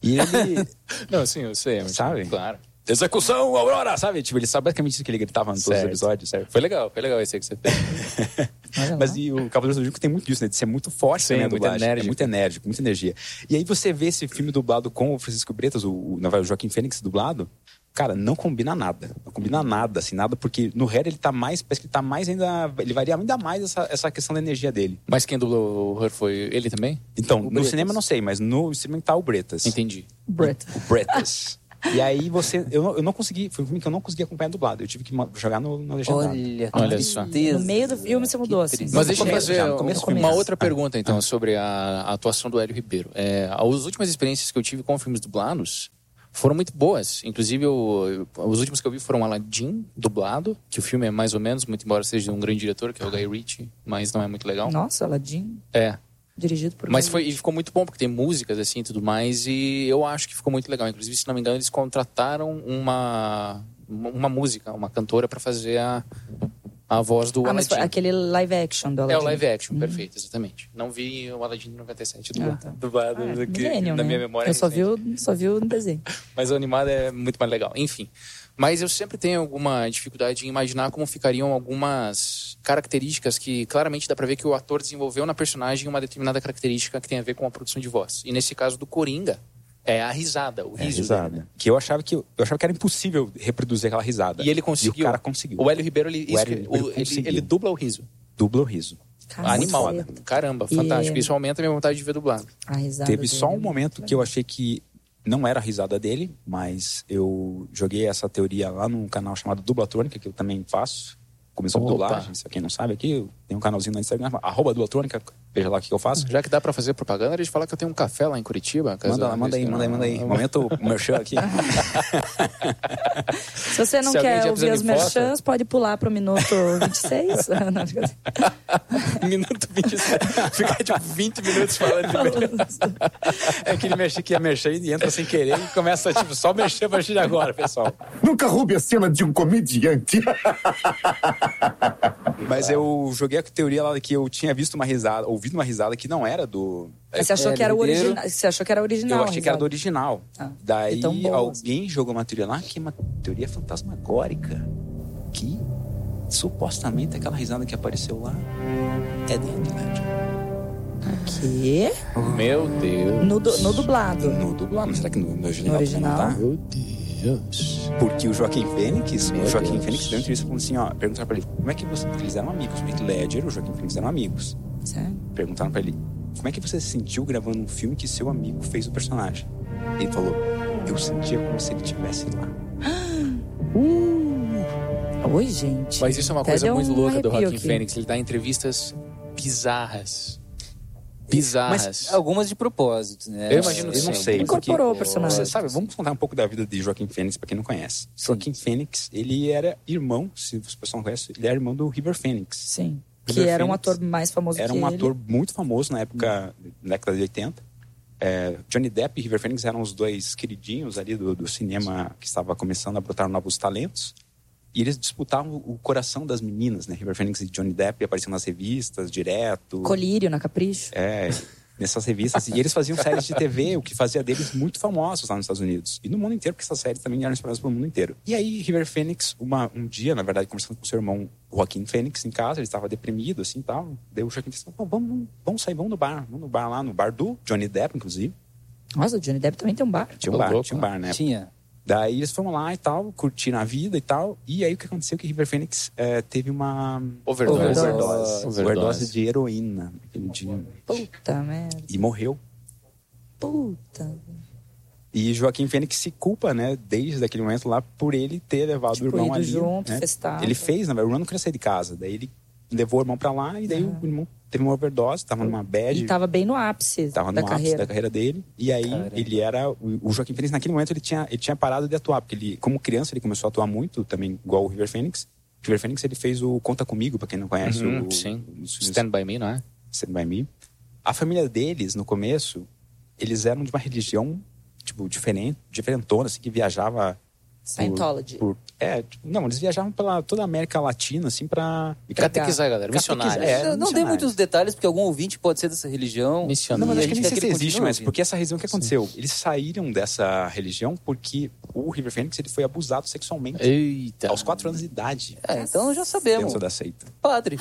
Speaker 2: E ele,
Speaker 3: Não, sim, eu sei. mas-
Speaker 2: Sabe?
Speaker 3: Claro.
Speaker 2: execução, Aurora, sabe? Tipo, ele sabe basicamente isso que ele gritava em todos os
Speaker 3: Certo.
Speaker 2: episódios, certo?
Speaker 3: Foi legal, foi legal esse aí que você fez.
Speaker 2: Mas e o Cavaleiro Zodíaco tem muito disso, né? De ser muito forte,
Speaker 3: Sim,
Speaker 2: né? a
Speaker 3: muito
Speaker 2: dublagem.
Speaker 3: enérgico.
Speaker 2: É muito enérgico, muita energia. E aí você vê esse filme dublado com o Francisco Bretas, o, o, na verdade, o Joaquim Fênix dublado. Cara, não combina nada. Não
Speaker 3: Uhum.
Speaker 2: combina nada, assim, nada, porque no Hair ele tá mais, parece que ele tá mais ainda. Ele varia ainda mais essa, essa questão da energia dele.
Speaker 3: Mas quem dublou o Her foi ele também?
Speaker 2: Então, no
Speaker 3: Bretas.
Speaker 2: cinema eu não sei, mas no streaming tá o Bretas.
Speaker 3: Entendi.
Speaker 4: Brett.
Speaker 2: O Bretas. e aí você. Eu não, eu não consegui. Foi um filme que eu não consegui acompanhar dublado. Eu tive que ma- jogar no, no legendado.
Speaker 6: Olha,
Speaker 3: Olha
Speaker 6: que
Speaker 3: só.
Speaker 6: tristeza.
Speaker 4: No meio do filme você mudou,
Speaker 6: Que
Speaker 4: assim.
Speaker 6: tristeza.
Speaker 3: Mas
Speaker 2: No
Speaker 3: deixa eu
Speaker 2: começo
Speaker 3: fazer
Speaker 2: já, no começo Ah. do
Speaker 3: uma
Speaker 2: filme.
Speaker 3: outra pergunta, então, sobre a, a atuação do Hélio Ribeiro. É, as últimas experiências que eu tive com filmes dublados foram muito boas. Inclusive, eu- eu- os últimos que eu vi foram Aladdin, dublado, que o filme é mais ou menos, muito embora seja de um grande diretor, que é o Guy Ritchie, mas não é muito legal.
Speaker 4: Nossa, Aladdin,
Speaker 3: É,
Speaker 4: dirigido por... um-
Speaker 3: mas foi, e ficou muito bom, porque tem músicas assim e tudo mais, e eu acho que ficou muito legal. Inclusive, se não me engano, eles contrataram uma, uma música, uma cantora para fazer a, a voz do
Speaker 4: Ah, mas
Speaker 3: Aladdin.
Speaker 4: foi aquele live action do
Speaker 3: É
Speaker 4: Aladdin.
Speaker 3: o live action,
Speaker 4: Hum.
Speaker 3: perfeito, exatamente. Não vi o Aladdin de 97
Speaker 4: Ah,
Speaker 3: dublado,
Speaker 4: tá.
Speaker 3: dublado
Speaker 4: Ah,
Speaker 3: aqui,
Speaker 4: millennial,
Speaker 3: na
Speaker 4: né?
Speaker 3: minha memória. é
Speaker 4: Eu só vi, o, só vi o desenho.
Speaker 3: Mas o animado é muito mais legal. Enfim. Mas eu sempre tenho alguma dificuldade em imaginar como ficariam algumas características que claramente dá pra ver que o ator desenvolveu na personagem uma determinada característica que tem a ver com a produção de voz. E nesse caso do Coringa, é a risada, o
Speaker 2: É,
Speaker 3: riso. dele,
Speaker 2: risada. Que eu achava que eu achava que era impossível reproduzir aquela risada.
Speaker 3: E ele conseguiu.
Speaker 2: E o cara conseguiu.
Speaker 3: O Hélio Ribeiro, ele,
Speaker 2: O Hélio
Speaker 3: isso-
Speaker 2: Ribeiro
Speaker 3: o- ele-
Speaker 2: conseguiu.
Speaker 3: ele dubla o riso.
Speaker 2: Dubla o riso.
Speaker 3: Animal.
Speaker 4: Caceta.
Speaker 3: Caramba,
Speaker 4: E-
Speaker 3: fantástico. Isso aumenta a minha vontade de ver dublado.
Speaker 4: A risada
Speaker 2: Teve só
Speaker 4: dele. é
Speaker 2: um momento que eu achei que não era a risada dele, mas eu joguei essa teoria lá num canal chamado Dublatrônica, que eu também faço. Comissão de
Speaker 3: Opa.
Speaker 2: dublagem, se quem não sabe aqui, tem um canalzinho no Instagram, arroba Dublatrônica, veja lá o que eu faço.
Speaker 3: Já que dá pra fazer propaganda, deixa eu falar que eu tenho um café lá em Curitiba. caso
Speaker 2: Manda lá, manda aí,
Speaker 3: não-
Speaker 2: manda aí, manda aí. Momento merchan aqui.
Speaker 4: Se você não
Speaker 3: Se alguém
Speaker 4: quer
Speaker 3: já
Speaker 4: ouvir
Speaker 3: precisa
Speaker 4: os
Speaker 3: de foto-
Speaker 4: merchans, pode pular pro minuto 26. Não, fica assim.
Speaker 3: Minuto 27. Ficar tipo 20 minutos falando de
Speaker 2: É aquele mexer que ia mexer e entra sem querer e começa, tipo, só mexer a partir de agora, pessoal.
Speaker 11: Nunca roube a cena de um comediante.
Speaker 2: Mas eu joguei a teoria lá que eu tinha visto uma risada, ouvido uma risada que não era do.
Speaker 3: É
Speaker 4: Mas você achou, que era o
Speaker 2: Ribeiro.
Speaker 4: original, você achou que era original?
Speaker 2: Eu achei que era do
Speaker 4: risada?
Speaker 2: original.
Speaker 4: Ah,
Speaker 2: Daí
Speaker 4: é tão boa.
Speaker 2: alguém jogou uma teoria lá que é uma teoria fantasmagórica. Que supostamente aquela risada que apareceu lá é dele, né?
Speaker 4: Quê?
Speaker 3: Meu Deus.
Speaker 4: No, du- no dublado.
Speaker 2: No dublado, mas será que no, no original?
Speaker 4: No original?
Speaker 2: também não tá? Porque o Joaquim Fênix, o Joaquim Fênix deu uma entrevista falando assim, ó, perguntaram pra ele, como é que você, eles eram amigos, o Heath Ledger e o Joaquim Fênix eram amigos.
Speaker 4: Certo.
Speaker 2: Perguntaram pra ele, como é que você se sentiu gravando um filme que seu amigo fez o personagem? Ele falou, eu sentia como se ele estivesse lá.
Speaker 4: Oi, gente.
Speaker 3: Mas isso é uma
Speaker 4: Até
Speaker 3: coisa
Speaker 4: deu
Speaker 3: muito
Speaker 4: um
Speaker 3: louca do
Speaker 4: arrepio
Speaker 3: Joaquim
Speaker 4: aqui.
Speaker 3: Fênix. Ele dá entrevistas bizarras. Bizarras.
Speaker 2: é
Speaker 6: Mas algumas de propósito, né?
Speaker 3: Eu imagino que
Speaker 2: Eu não
Speaker 3: sim.
Speaker 2: sei.
Speaker 4: Incorporou
Speaker 2: porque-
Speaker 4: o personagem.
Speaker 2: Você sabe, vamos contar um pouco da vida de Joaquim Fênix, pra quem não conhece. Joaquim Fênix, ele era irmão, se os pessoal não conhece, ele era irmão do River Fênix.
Speaker 4: Sim. Que
Speaker 2: River
Speaker 4: era um
Speaker 2: Phoenix
Speaker 4: ator mais famoso
Speaker 2: Era
Speaker 4: que
Speaker 2: um
Speaker 4: ele.
Speaker 2: ator muito famoso na época, na década de 80. É, Johnny Depp e River Phoenix eram os dois queridinhos ali do, do cinema que estava começando a brotar novos talentos. E eles disputavam o coração das meninas, né? River Phoenix e Johnny Depp apareciam nas revistas direto.
Speaker 4: Colírio na Capricho.
Speaker 2: É, nessas revistas. e eles faziam séries de TV, o que fazia deles muito famosos lá nos Estados Unidos. E no mundo inteiro, porque essas séries também eram espalhadas pelo mundo inteiro. E aí, River Phoenix, uma- um dia, na verdade, conversando com seu irmão Joaquim Fênix em casa, ele estava deprimido, assim e tal. Daí o Joaquim disse: "Pô, vamos, vamos sair, vamos no bar. Vamos no bar lá, no bar do Johnny Depp, inclusive.
Speaker 4: Nossa, o Johnny Depp também tem um bar.
Speaker 2: Tinha um
Speaker 3: Ô,
Speaker 2: bar,
Speaker 3: louco.
Speaker 2: tinha um bar, né?
Speaker 6: Tinha.
Speaker 2: Daí eles foram lá e tal, curtiram a vida e tal. E aí o que aconteceu é que River Phoenix eh, teve uma
Speaker 3: Overdose.
Speaker 2: overdose.
Speaker 3: Overdose.
Speaker 2: overdose de heroína naquele dia.
Speaker 4: Puta merda.
Speaker 2: E morreu.
Speaker 4: Puta.
Speaker 2: E Joaquim Fênix se culpa, né, desde aquele momento lá, por ele ter levado
Speaker 4: Tipo,
Speaker 2: o irmão
Speaker 4: ido
Speaker 2: ali.
Speaker 4: junto,
Speaker 2: né?
Speaker 4: festado.
Speaker 2: Ele fez, na verdade, o irmão não queria sair de casa. Daí ele levou o irmão pra lá e daí o irmão teve uma overdose, tava numa bad,
Speaker 4: E tava bem no ápice
Speaker 2: É tava no
Speaker 4: da
Speaker 2: ápice
Speaker 4: carreira.
Speaker 2: da carreira dele. E aí
Speaker 6: Caramba.
Speaker 2: ele era. O o Joaquim Fênix, naquele momento, ele tinha, ele tinha parado de atuar, porque ele, como criança, ele começou a atuar muito, também igual o River Phoenix. O River Phoenix ele fez o Conta Comigo, pra quem não conhece
Speaker 3: Uhum,
Speaker 2: o,
Speaker 3: sim.
Speaker 2: o- os filmes
Speaker 3: Stand By Me, não é?
Speaker 2: Stand By Me. A família deles, no começo, eles eram de uma religião, tipo, diferente, diferentona, assim, que viajava...
Speaker 4: Scientology.
Speaker 2: Por, é, tipo, não, eles viajavam pela toda a América Latina, assim, pra...
Speaker 3: Catequizar, galera.
Speaker 2: Catequizar,
Speaker 3: Missionário.
Speaker 2: é.
Speaker 6: não
Speaker 2: missionário.
Speaker 6: dei muitos detalhes, porque algum ouvinte pode ser dessa religião.
Speaker 3: Missionário.
Speaker 2: Não, mas
Speaker 6: E
Speaker 2: acho
Speaker 6: a
Speaker 2: que
Speaker 6: gente
Speaker 2: nem
Speaker 6: quer
Speaker 2: sei se
Speaker 6: ele
Speaker 2: existe
Speaker 6: continue
Speaker 2: mais,
Speaker 6: ouvindo.
Speaker 2: porque essa religião o que aconteceu? Eles saíram dessa religião porque o River Phoenix ele foi abusado sexualmente
Speaker 3: Eita.
Speaker 2: aos quatro anos de idade
Speaker 6: É, então já sabemos.
Speaker 2: dentro da seita.
Speaker 6: Padre.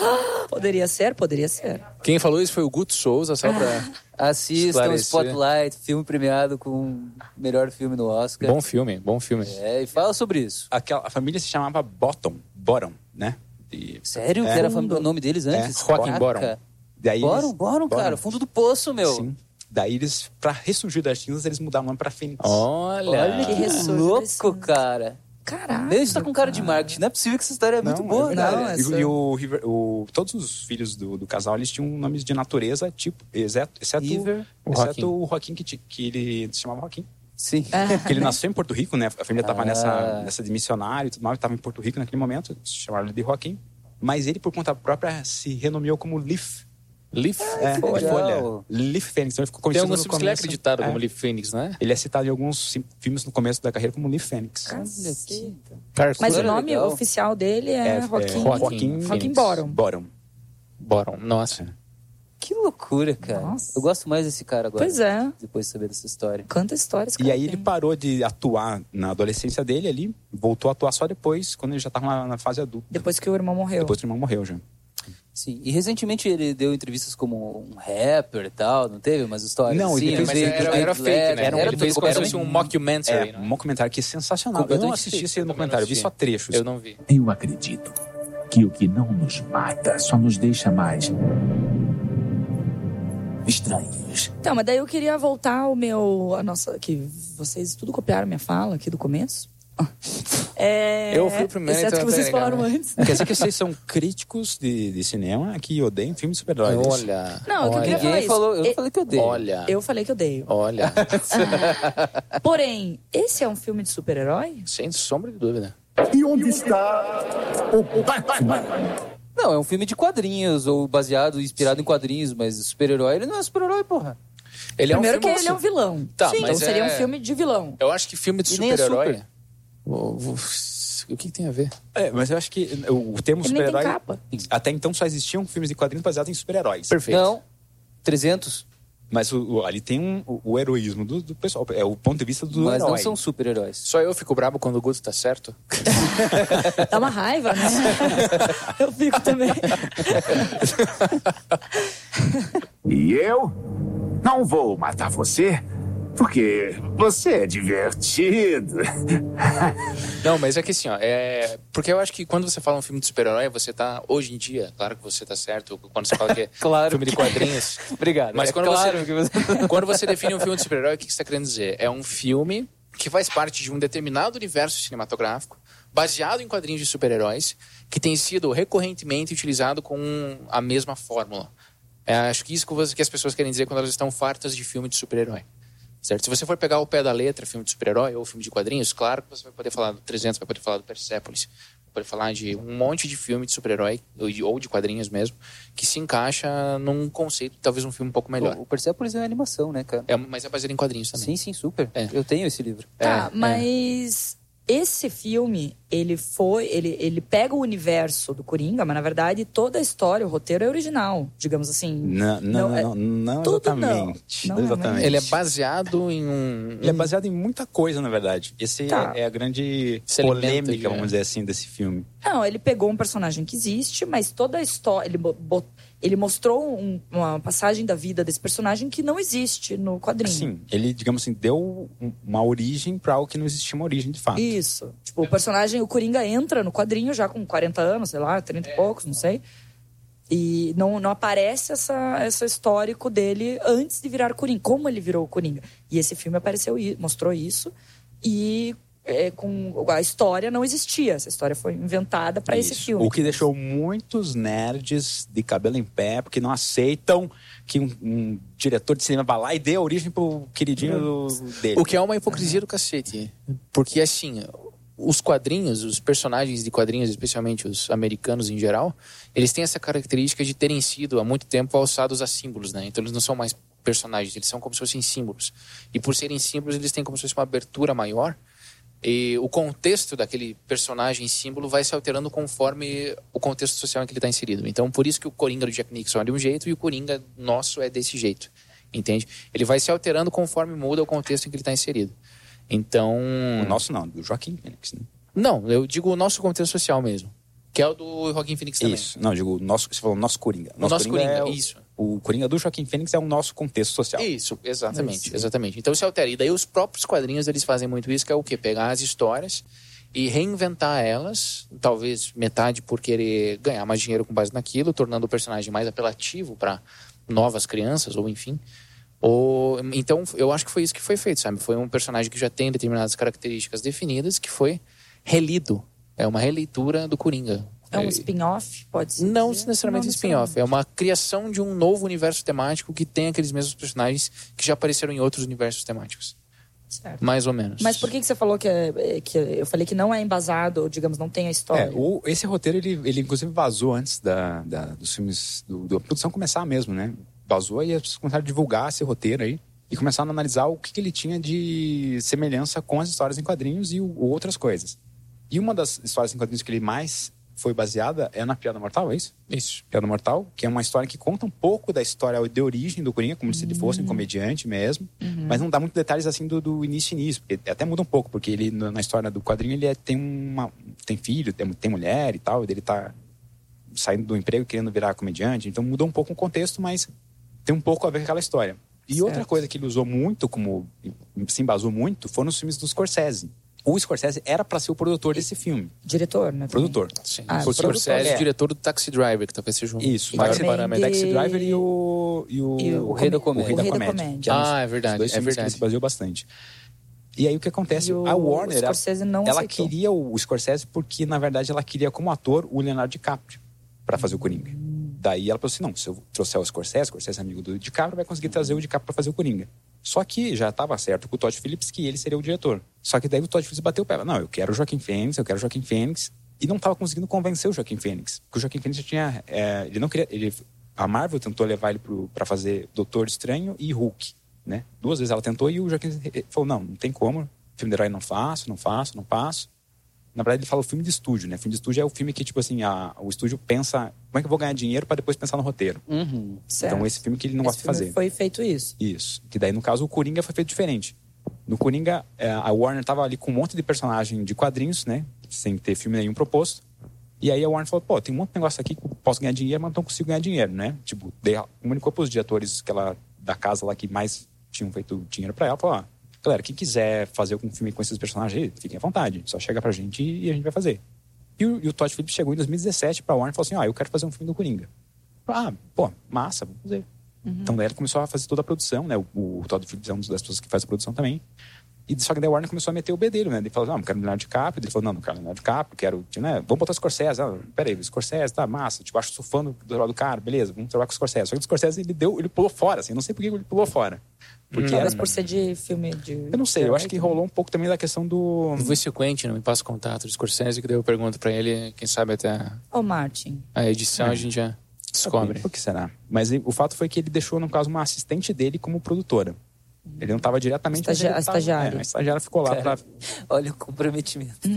Speaker 4: Poderia ser, poderia ser.
Speaker 3: Quem falou isso foi o Guto Souza, só pra...
Speaker 6: Assistam
Speaker 3: Esclarecer.
Speaker 6: Spotlight, filme premiado com melhor filme no Oscar.
Speaker 3: Bom filme, bom filme.
Speaker 6: É, e fala sobre isso.
Speaker 2: Aquela, a família se chamava Bottom, Bottom, né? E,
Speaker 6: Sério?
Speaker 2: É.
Speaker 6: Que era a fam- o nome deles antes?
Speaker 2: É,
Speaker 3: Joaquim
Speaker 6: Caraca.
Speaker 3: Boron.
Speaker 2: daí eles-
Speaker 6: Boron, Boron, cara. Fundo do poço, meu.
Speaker 2: Sim. Daí eles, pra ressurgir das cinzas, eles mudaram o nome pra Fênix.
Speaker 6: Olha
Speaker 3: Olha.
Speaker 4: Que
Speaker 6: que,
Speaker 4: ressurge
Speaker 6: louco,
Speaker 4: desse-
Speaker 6: cara.
Speaker 4: Caraca.
Speaker 6: Meu, isso tá com cara de marketing. Não é possível que essa história é muito boa,
Speaker 4: verdade.
Speaker 6: cara.
Speaker 4: Não, é
Speaker 2: E,
Speaker 4: essa-
Speaker 2: e o River, o, todos os filhos do, do casal, eles tinham nomes de natureza, tipo, exceto, exceto,
Speaker 6: River,
Speaker 2: o,
Speaker 3: Joaquim.
Speaker 2: exceto o Joaquim, que, ti- que ele se chamava Joaquim.
Speaker 6: Sim.
Speaker 2: Porque ele nasceu em Porto Rico, né? A família tava
Speaker 6: Ah.
Speaker 2: nessa, nessa de missionário e tudo mais, tava em Porto Rico naquele momento, chamaram ele de Joaquim. Mas ele, por conta própria, se renomeou como Leaf.
Speaker 3: Leaf?
Speaker 2: É, folha. folha. Leaf Phoenix. Então ele ficou
Speaker 3: Tem
Speaker 2: conhecido
Speaker 3: alguns
Speaker 2: no
Speaker 3: filmes que ele é
Speaker 2: começo.
Speaker 3: acreditado como
Speaker 2: É.
Speaker 3: Leaf Phoenix, né?
Speaker 2: Ele é citado em alguns sim- filmes no começo da carreira como Leaf Phoenix.
Speaker 6: Ah.
Speaker 2: assim,
Speaker 4: Caceta.
Speaker 3: Cara,
Speaker 4: Mas o
Speaker 3: legal.
Speaker 4: nome oficial dele é, Joaquim.
Speaker 2: Joaquim,
Speaker 4: Joaquim
Speaker 2: Phoenix.
Speaker 4: Boron.
Speaker 2: Boron.
Speaker 3: Boron, nossa.
Speaker 2: É.
Speaker 6: Que loucura, cara. Eu gosto mais desse cara agora.
Speaker 4: Pois é.
Speaker 6: Depois de saber dessa história.
Speaker 4: Quanta história esse
Speaker 2: E
Speaker 4: cara
Speaker 2: aí ele
Speaker 4: tem.
Speaker 2: parou de atuar na adolescência dele ali, voltou a atuar só depois, quando ele já tava na, na fase adulta.
Speaker 4: Depois que o irmão morreu.
Speaker 2: Depois que o irmão morreu já.
Speaker 6: Sim. E recentemente ele deu entrevistas como um rapper e tal, não teve umas histórias
Speaker 2: Não,
Speaker 6: assim?
Speaker 2: ele fez-
Speaker 6: né?
Speaker 2: mas
Speaker 3: era- era fake, né?
Speaker 6: Era,
Speaker 3: Ele
Speaker 6: tudo
Speaker 3: fez como se
Speaker 6: completamente-
Speaker 3: fosse um mockumentary,
Speaker 2: É,
Speaker 3: né?
Speaker 2: um documentário que é sensacional. Eu não
Speaker 6: Completamente
Speaker 2: assisti
Speaker 6: fake,
Speaker 2: esse
Speaker 6: eu também não
Speaker 2: documentário, eu vi
Speaker 6: assisti.
Speaker 2: só trechos.
Speaker 3: Eu não vi.
Speaker 12: Eu acredito que o que não nos mata só nos deixa mais estranhos.
Speaker 4: Então, mas daí eu queria voltar ao meu. A nossa. Que vocês tudo copiaram minha fala aqui do começo. Ah. É,
Speaker 2: Eu fui o primeiro,
Speaker 4: Exceto
Speaker 2: então
Speaker 4: que
Speaker 2: não tem
Speaker 4: vocês
Speaker 2: legal,
Speaker 4: falaram
Speaker 2: né?
Speaker 4: antes.
Speaker 2: Quer dizer que vocês são críticos de, de cinema que odeiam filmes de super-heróis.
Speaker 3: Olha.
Speaker 4: Não,
Speaker 6: um
Speaker 4: o que eu queria falar é isso. E-
Speaker 3: Olha.
Speaker 4: Eu falei que odeio.
Speaker 3: Olha.
Speaker 4: Porém, esse é um filme de super-herói?
Speaker 3: Sem sombra de dúvida.
Speaker 11: E onde está o Batman?
Speaker 6: Não, é um filme de quadrinhos, ou baseado, inspirado em quadrinhos, mas super-herói, ele não é super-herói, porra.
Speaker 3: Ele é um
Speaker 4: Primeiro que
Speaker 3: filmaço.
Speaker 4: ele é um vilão.
Speaker 3: Tá,
Speaker 4: Sim,
Speaker 3: mas
Speaker 4: então seria
Speaker 3: é-
Speaker 4: um filme de vilão.
Speaker 3: Eu acho que filme de
Speaker 4: E nem é
Speaker 3: super-herói.
Speaker 4: super.
Speaker 3: Vou- vou- O que, que tem a ver?
Speaker 2: É, mas eu acho que o o termo
Speaker 4: Ele nem tem
Speaker 2: super-herói.
Speaker 4: capa.
Speaker 2: Até então só existiam filmes de quadrinhos baseados em super-heróis.
Speaker 3: Perfeito.
Speaker 6: Não, 300.
Speaker 2: Mas o- o- ali tem um- o, o heroísmo do, do pessoal. É o ponto de vista do
Speaker 6: Mas não
Speaker 2: herói.
Speaker 6: são super-heróis.
Speaker 3: Só eu fico brabo quando o Guto tá certo?
Speaker 4: Dá uma raiva, né? Eu fico também.
Speaker 11: E eu não vou matar você, porque você é divertido.
Speaker 3: Não, mas é que assim, ó, é... porque eu acho que quando você fala um filme de super-herói, você tá, hoje em dia, claro que você tá certo, quando você fala que é
Speaker 6: Claro.
Speaker 3: filme de quadrinhos.
Speaker 6: Obrigado.
Speaker 3: Mas
Speaker 6: É
Speaker 3: quando,
Speaker 6: claro
Speaker 3: você,
Speaker 6: que você...
Speaker 3: quando você define um filme de super-herói, o que que você está querendo dizer? É um filme que faz parte de um determinado universo cinematográfico, baseado em quadrinhos de super-heróis, que tem sido recorrentemente utilizado com a mesma fórmula. É, acho que isso que, você- que as pessoas querem dizer quando elas estão fartas de filme de super-herói. Certo? Se você for pegar o pé da letra, filme de super-herói ou filme de quadrinhos, claro que você vai poder falar do 300, vai poder falar do Persepolis, vai poder falar de um monte de filme de super-herói, ou de- ou de quadrinhos mesmo, que se encaixa num conceito, talvez um filme um pouco melhor.
Speaker 6: O Persepolis é uma animação, né, cara?
Speaker 3: É, mas é baseado em quadrinhos também.
Speaker 6: Sim, sim, super.
Speaker 3: É.
Speaker 6: Eu tenho esse livro.
Speaker 4: Tá, mas esse filme, ele foi. Ele, ele pega o universo do Coringa, mas na verdade toda a história, o roteiro é original, digamos assim.
Speaker 2: Não, não,
Speaker 4: é-
Speaker 2: não, não, não
Speaker 4: tudo não.
Speaker 2: exatamente.
Speaker 4: Não,
Speaker 2: Não exatamente.
Speaker 3: Ele é baseado em um.
Speaker 2: Ele é baseado em muita coisa, na verdade. Esse é-
Speaker 4: Tá.
Speaker 2: é a grande
Speaker 3: Esse elemento
Speaker 2: polêmica,
Speaker 3: ali, né?
Speaker 2: vamos dizer assim, desse filme.
Speaker 4: Não, ele pegou um personagem que existe, mas toda a história. Ele, bo- bot- ele mostrou um- uma passagem da vida desse personagem que não existe no quadrinho.
Speaker 2: Sim, ele, digamos assim, deu um- uma origem para algo que não existia uma origem de fato.
Speaker 4: Isso. Tipo, o personagem, o Coringa entra no quadrinho já com 40 anos, sei lá, 30
Speaker 3: É,
Speaker 4: e poucos, não sei. E não, não aparece essa, essa histórico dele antes de virar Coringa. Como ele virou o Coringa. E esse filme apareceu, i- mostrou isso. E é, com, a história não existia. Essa história foi inventada para esse
Speaker 2: Isso.
Speaker 4: filme.
Speaker 2: O que deixou muitos nerds de cabelo em pé, porque não aceitam que um, um diretor de cinema vá lá e dê a origem pro queridinho do- dele.
Speaker 3: O que é uma hipocrisia do cacete. Porque, assim, os quadrinhos, os personagens de quadrinhos, especialmente os americanos em geral, eles têm essa característica de terem sido há muito tempo alçados a símbolos, né? Então eles não são mais personagens, eles são como se fossem símbolos. E por serem símbolos, eles têm como se fosse uma abertura maior. E o contexto daquele personagem símbolo vai se alterando conforme o contexto social em que ele está inserido. Então, por isso que o Coringa do Jack Nixon é de um jeito e o Coringa nosso é desse jeito. Entende? Ele vai se alterando conforme muda o contexto em que ele está inserido. Então.
Speaker 2: O nosso não, do Joaquim Phoenix. Né?
Speaker 3: Não, eu digo o nosso contexto social mesmo. Que é o do Joaquim Phoenix também.
Speaker 2: Isso. Não, digo, o nosso, você falou nosso Coringa.
Speaker 3: O nosso Coringa,
Speaker 2: é o-
Speaker 3: isso.
Speaker 2: O Coringa do Joaquim Fênix é o nosso contexto social.
Speaker 3: Isso, exatamente,
Speaker 2: Isso.
Speaker 3: exatamente. Então se altera. E daí os próprios quadrinhos eles fazem muito isso, que é o quê? Pegar as histórias e reinventar elas, talvez metade por querer ganhar mais dinheiro com base naquilo, tornando o personagem mais apelativo para novas crianças, ou enfim. Ou, então eu acho que foi isso que foi feito, sabe? Foi um personagem que já tem determinadas características definidas que foi relido. É uma releitura do Coringa.
Speaker 4: É um
Speaker 3: É,
Speaker 4: spin-off, pode ser.
Speaker 3: não necessariamente spin-off, é uma criação de um novo universo temático que tem aqueles mesmos personagens que já apareceram em outros universos temáticos.
Speaker 4: Certo.
Speaker 3: Mais ou menos.
Speaker 4: Mas por que, que você falou que, é, que eu falei que não é embasado, ou digamos, não tem a história?
Speaker 2: É, o, esse roteiro, ele, ele inclusive vazou antes da, da- dos filmes, do, da produção começar mesmo, né? Vazou e as pessoas começaram a divulgar esse roteiro aí e começaram a analisar o que, que ele tinha de semelhança com as histórias em quadrinhos e o- outras coisas. E uma das histórias em quadrinhos que ele mais foi baseada é na Piada Mortal, é isso?
Speaker 3: Isso.
Speaker 2: Piada Mortal, que é uma história que conta um pouco da história de origem do Coringa, como se ele fosse um comediante mesmo, mas não dá muitos detalhes assim do, do início e início, porque até muda um pouco, porque ele na na história do quadrinho ele é- tem uma tem filho, tem, tem mulher e tal, e ele tá saindo do emprego e querendo virar comediante, então mudou um pouco o contexto, mas tem um pouco a ver com aquela história. E outra coisa que ele usou muito, como se embasou muito, foram os filmes do Scorsese. O Scorsese era para ser o produtor desse filme.
Speaker 4: Diretor, né?
Speaker 2: Produtor.
Speaker 3: Sim.
Speaker 2: Ah,
Speaker 3: o Scorsese,
Speaker 2: produtor.
Speaker 3: o diretor do Taxi Driver, que talvez seja um
Speaker 2: Isso,
Speaker 3: maior
Speaker 2: Taxi-
Speaker 3: parâmetro.
Speaker 2: Então, Taxi Driver e o, e o,
Speaker 3: E o
Speaker 2: o Rei da
Speaker 3: Comédia.
Speaker 2: Comédia.
Speaker 3: O Rei da Comédia.
Speaker 2: que eram os-
Speaker 3: Ah, é verdade,
Speaker 2: os dois
Speaker 3: é
Speaker 2: filmes que
Speaker 3: verdade.
Speaker 2: ele se baseou bastante. E aí o que acontece?
Speaker 4: E o-
Speaker 2: a Warner,
Speaker 4: o
Speaker 2: ela-
Speaker 4: Scorsese não
Speaker 2: ela
Speaker 4: aceitou.
Speaker 2: queria o Scorsese porque, na verdade, ela queria como ator o Leonardo DiCaprio para fazer o Coringa. Daí ela falou assim, não, se eu trouxer o Scorsese, o Scorsese é amigo do DiCaprio, vai conseguir trazer o DiCaprio para fazer o Coringa. Só que já estava certo com o Todd Phillips que ele seria o diretor. Só que daí o Todd Phillips bateu o pé. Não, eu quero o Joaquim Fênix, eu quero o Joaquim Fênix. E não estava conseguindo convencer o Joaquim Fênix. Porque o Joaquim Fênix já tinha... é, ele não queria... Ele, a Marvel tentou levar ele para fazer Doutor Estranho e Hulk, né? Duas vezes ela tentou e o Joaquim eh, falou, não, não tem como. Filme de herói não faço, não faço, não passo. Na verdade, ele fala o filme de estúdio, né? Filme de estúdio é o filme que, tipo assim, a- o estúdio pensa como é que eu vou ganhar dinheiro para depois pensar no roteiro. Então, esse filme que ele não gosta de fazer.
Speaker 4: Foi feito isso.
Speaker 2: Isso. Que daí, no caso, o Coringa foi feito diferente. No Coringa, eh, a Warner tava ali com um monte de personagem de quadrinhos, né? Sem ter filme nenhum proposto. E aí a Warner falou, pô, tem um monte de negócio aqui que eu posso ganhar dinheiro, mas não consigo ganhar dinheiro, né? Tipo, dei- comunicou pros diretores que ela, da casa lá que mais tinham feito dinheiro pra ela, falou, ó, galera, quem quiser fazer algum filme com esses personagens aí, fiquem à vontade. Só chega pra gente e a gente vai fazer. E o, e o Todd Phillips chegou em 2017 pra Warner e falou assim, ó, eu quero fazer um filme do Coringa. Ah, pô, massa, vamos fazer. Então daí ele começou a fazer toda a produção, né? O, o Todd Phillips é uma das pessoas que faz a produção também. E só que daí o Warner começou a meter o B dele, né? Ele falou, não, não quero Leonardo DiCaprio. Ele falou, não, não quero Leonardo DiCaprio, quero, tipo, né? Vamos botar o Scorsese. Ah, peraí, o Scorsese, tá, massa. Tipo, acho sufando do lado do cara, beleza, vamos trabalhar com o Scorsese. Só que o Scorsese, ele deu, ele pulou fora, assim. Não sei por que ele pulou fora. Porque
Speaker 4: Talvez
Speaker 2: era-
Speaker 4: por ser de filme de...
Speaker 2: Eu não sei, eu acho que rolou um pouco também da questão do...
Speaker 3: Vê se o Quentin não me passa o contato do Scorsese, que daí eu pergunto pra ele, quem sabe até
Speaker 4: Ô, Martin.
Speaker 3: a edição
Speaker 2: É.
Speaker 3: a gente já descobre.
Speaker 2: O que será? Mas ele- o fato foi que ele deixou, no caso, uma assistente dele como produtora. Ele não estava diretamente... mas
Speaker 4: Estagi-
Speaker 2: ele
Speaker 4: a
Speaker 2: tava-
Speaker 4: estagiária.
Speaker 2: É, a estagiária ficou lá pra...
Speaker 6: Olha o comprometimento.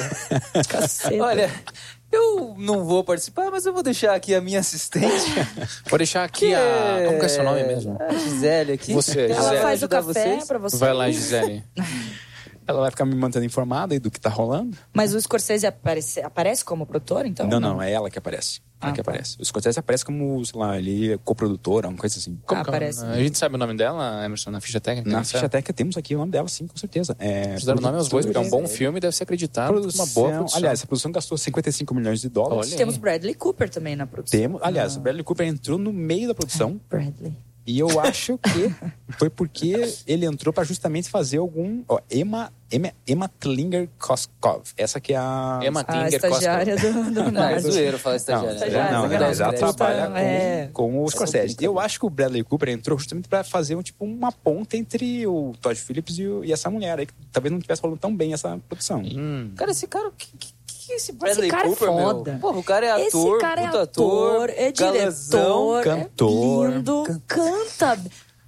Speaker 4: Caceta.
Speaker 6: Olha, eu não vou participar, mas eu vou deixar aqui a minha assistente.
Speaker 3: Vou deixar aqui
Speaker 6: Que
Speaker 3: a.
Speaker 6: é-
Speaker 3: Como que é seu nome mesmo?
Speaker 6: A Gisele aqui.
Speaker 3: Você,
Speaker 6: Ela
Speaker 3: Gisele.
Speaker 4: Ela faz o
Speaker 6: ajudar
Speaker 4: café
Speaker 6: vocês?
Speaker 4: pra você.
Speaker 3: Vai lá, Gisele.
Speaker 2: Ela vai ficar me mantendo informada aí do que tá rolando.
Speaker 4: Mas o Scorsese aparece, aparece como produtor, então?
Speaker 2: não, não, é ela que aparece. Ela que aparece. O Scorsese aparece como, sei lá, ele é coprodutora, uma coisa assim.
Speaker 3: Como
Speaker 4: Ah,
Speaker 3: que é o-
Speaker 4: parece.
Speaker 3: A gente sabe o nome dela, Emerson, na ficha técnica?
Speaker 2: Na
Speaker 3: não sabe?
Speaker 2: ficha técnica temos aqui o nome dela, sim, com certeza. É,
Speaker 3: Eles deram nome aos bois, porque é um bom filme, deve ser acreditado.
Speaker 2: Produção,
Speaker 3: uma boa produção.
Speaker 2: Aliás, a produção gastou 55 milhões de dólares.
Speaker 3: Olha aí. Ah.
Speaker 4: Temos Bradley Cooper também na produção.
Speaker 2: Temos, aliás, o Bradley Cooper entrou no meio da produção
Speaker 4: Bradley.
Speaker 2: e eu acho que foi porque ele entrou pra justamente fazer algum... Ó, Emma, Emma, Emma Klinger Koskov. Essa que é a...
Speaker 3: Emma
Speaker 4: A
Speaker 3: Klinger
Speaker 4: estagiária do, do
Speaker 6: Não, é
Speaker 4: Martin.
Speaker 6: zoeiro
Speaker 2: Não,
Speaker 6: falar
Speaker 3: é,
Speaker 6: estagiária.
Speaker 4: estagiária,
Speaker 2: não,
Speaker 4: essa
Speaker 2: não,
Speaker 4: galera
Speaker 2: já
Speaker 4: que
Speaker 2: trabalha
Speaker 4: custa,
Speaker 2: com,
Speaker 4: é.
Speaker 2: com o Scorsese. Eu acho que o Bradley Cooper entrou justamente para fazer um, tipo, uma ponta entre o Todd Phillips e, o- e essa mulher aí, que talvez não tivesse falando tão bem essa produção.
Speaker 4: Hum,
Speaker 6: Cara, esse cara, o que, que, que é esse Bradley
Speaker 4: cara é
Speaker 6: Cooper,
Speaker 4: foda.
Speaker 6: meu? Porra, o cara é
Speaker 4: Esse
Speaker 6: ator,
Speaker 4: cara é
Speaker 6: puta
Speaker 4: ator, é diretor,
Speaker 6: galãzão,
Speaker 4: é
Speaker 2: cantor.
Speaker 4: lindo, canta.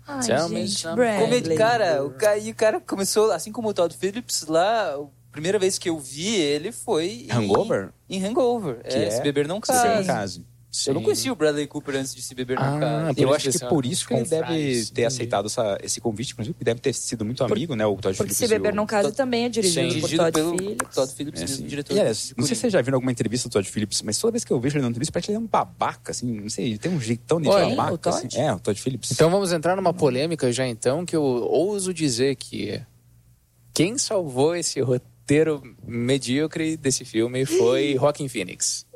Speaker 4: Ai,
Speaker 3: Chama,
Speaker 4: gente,
Speaker 3: chama.
Speaker 6: Comedi
Speaker 4: Bradley.
Speaker 6: cara, o cara, e o cara começou, assim como o Todd Phillips lá, a primeira vez que eu vi ele foi em
Speaker 2: Hangover?
Speaker 6: Em Hangover.
Speaker 2: Que
Speaker 6: é,
Speaker 2: é-
Speaker 6: Se Beber Não
Speaker 2: Se bem no
Speaker 6: Case.
Speaker 2: caso.
Speaker 6: Eu não conhecia o Bradley Cooper antes de Se Beber Não
Speaker 3: Ah,
Speaker 6: Case.
Speaker 2: Eu
Speaker 3: Por
Speaker 2: acho
Speaker 3: isso
Speaker 2: que
Speaker 3: que
Speaker 2: por
Speaker 3: essa-
Speaker 2: isso que ele
Speaker 3: com frases,
Speaker 2: deve ter
Speaker 3: entendi.
Speaker 2: aceitado essa- esse convite, inclusive, que deve ter sido muito amigo, né? O Todd
Speaker 4: Porque
Speaker 2: Phillips.
Speaker 4: Se
Speaker 2: e
Speaker 4: Beber
Speaker 2: o-
Speaker 4: Não Case também é dirigido,
Speaker 6: Dirigido
Speaker 4: por Todd
Speaker 6: pelo
Speaker 4: Phillips.
Speaker 6: Todd Phillips,
Speaker 2: É,
Speaker 6: mesmo
Speaker 2: assim.
Speaker 6: diretor.
Speaker 2: E, aliás,
Speaker 6: de
Speaker 2: não sei se
Speaker 6: Coringa.
Speaker 2: vocês já viram alguma entrevista do Todd Phillips, mas toda vez que eu vejo ele na entrevista, parece que ele é um babaca, assim, não sei, ele tem um jeitão de
Speaker 4: Olha, o
Speaker 2: babaca.
Speaker 4: Todd?
Speaker 2: assim. É, o Todd Phillips.
Speaker 3: Então vamos entrar numa polêmica já então, que eu ouso dizer que quem salvou esse roteiro medíocre desse filme foi Rockin' Phoenix.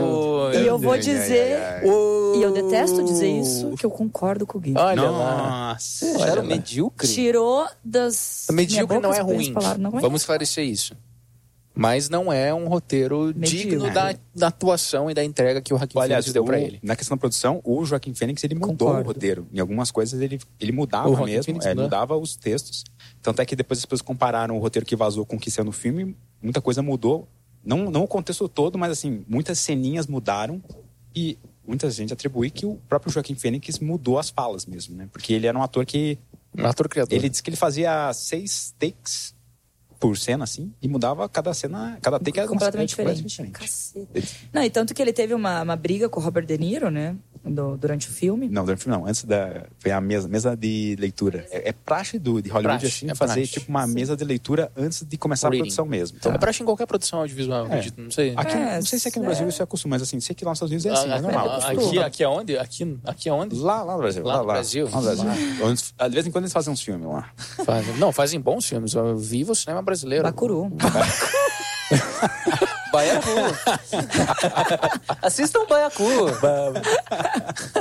Speaker 3: Oh,
Speaker 4: E eu vou dizer,
Speaker 3: Oh.
Speaker 4: e eu detesto dizer isso, que eu concordo com o Gui.
Speaker 3: Olha lá.
Speaker 2: Nossa,
Speaker 6: Acharam
Speaker 2: olha lá.
Speaker 6: medíocre?
Speaker 4: Tirou das.
Speaker 3: Medíocre
Speaker 4: minha boca
Speaker 3: não é
Speaker 4: as coisas
Speaker 3: ruim.
Speaker 4: palavras, não é.
Speaker 3: Vamos esclarecer isso. Mas não é um roteiro digno da, da atuação e da entrega que o Joaquim
Speaker 2: Aliás,
Speaker 3: Phoenix deu pra
Speaker 2: o-
Speaker 3: ele.
Speaker 2: Na questão da produção, o Joaquim Fênix ele mudou
Speaker 3: Concordo.
Speaker 2: o roteiro. Em algumas coisas ele, ele
Speaker 3: O né?
Speaker 2: mudava
Speaker 3: Joaquin
Speaker 2: mesmo,
Speaker 3: Phoenix
Speaker 2: é, ele
Speaker 3: mudou.
Speaker 2: mudava os textos. Tanto é que depois as pessoas compararam o roteiro que vazou com o que saiu no filme, muita coisa mudou. Não, não o contexto todo, mas assim, muitas ceninhas mudaram e muita gente atribui que o próprio Joaquim Fênix mudou as falas mesmo, né? Porque ele era um ator que.
Speaker 3: Um ator criador.
Speaker 2: Ele disse que ele fazia seis takes por cena, assim, e mudava cada cena, cada take era uma
Speaker 4: Completamente
Speaker 2: cena de coisa
Speaker 4: diferente. Cacete. Não, e tanto que ele teve uma, uma briga com o Robert De Niro, né? Do- durante o filme.
Speaker 2: Não, durante o filme não. Antes da. Foi a mesa, mesa de leitura. É, é praxe do, de Hollywood,
Speaker 3: Praxe,
Speaker 2: assim,
Speaker 3: é
Speaker 2: fazer
Speaker 3: praxe.
Speaker 2: tipo uma mesa de leitura antes de começar a produção mesmo. Então,
Speaker 3: É praxe em qualquer produção audiovisual, acredito. Não sei.
Speaker 2: Aqui, não sei se aqui no Brasil isso é costume, mas assim, sei que lá nos Estados Unidos é assim,
Speaker 3: Ah,
Speaker 2: é normal.
Speaker 3: ah, Aqui, aqui é onde? Aqui, aqui é onde?
Speaker 2: Lá, lá no Brasil.
Speaker 3: Lá,
Speaker 2: Lá,
Speaker 3: no
Speaker 2: lá.
Speaker 3: Brasil.
Speaker 2: Lá no Brasil. Onde- De vez em quando eles fazem uns filmes lá.
Speaker 3: Fazem- Não, fazem bons filmes. Eu vivo o cinema brasileiro. é
Speaker 4: Bacuru.
Speaker 6: Baiacu. Assistam Baiacu.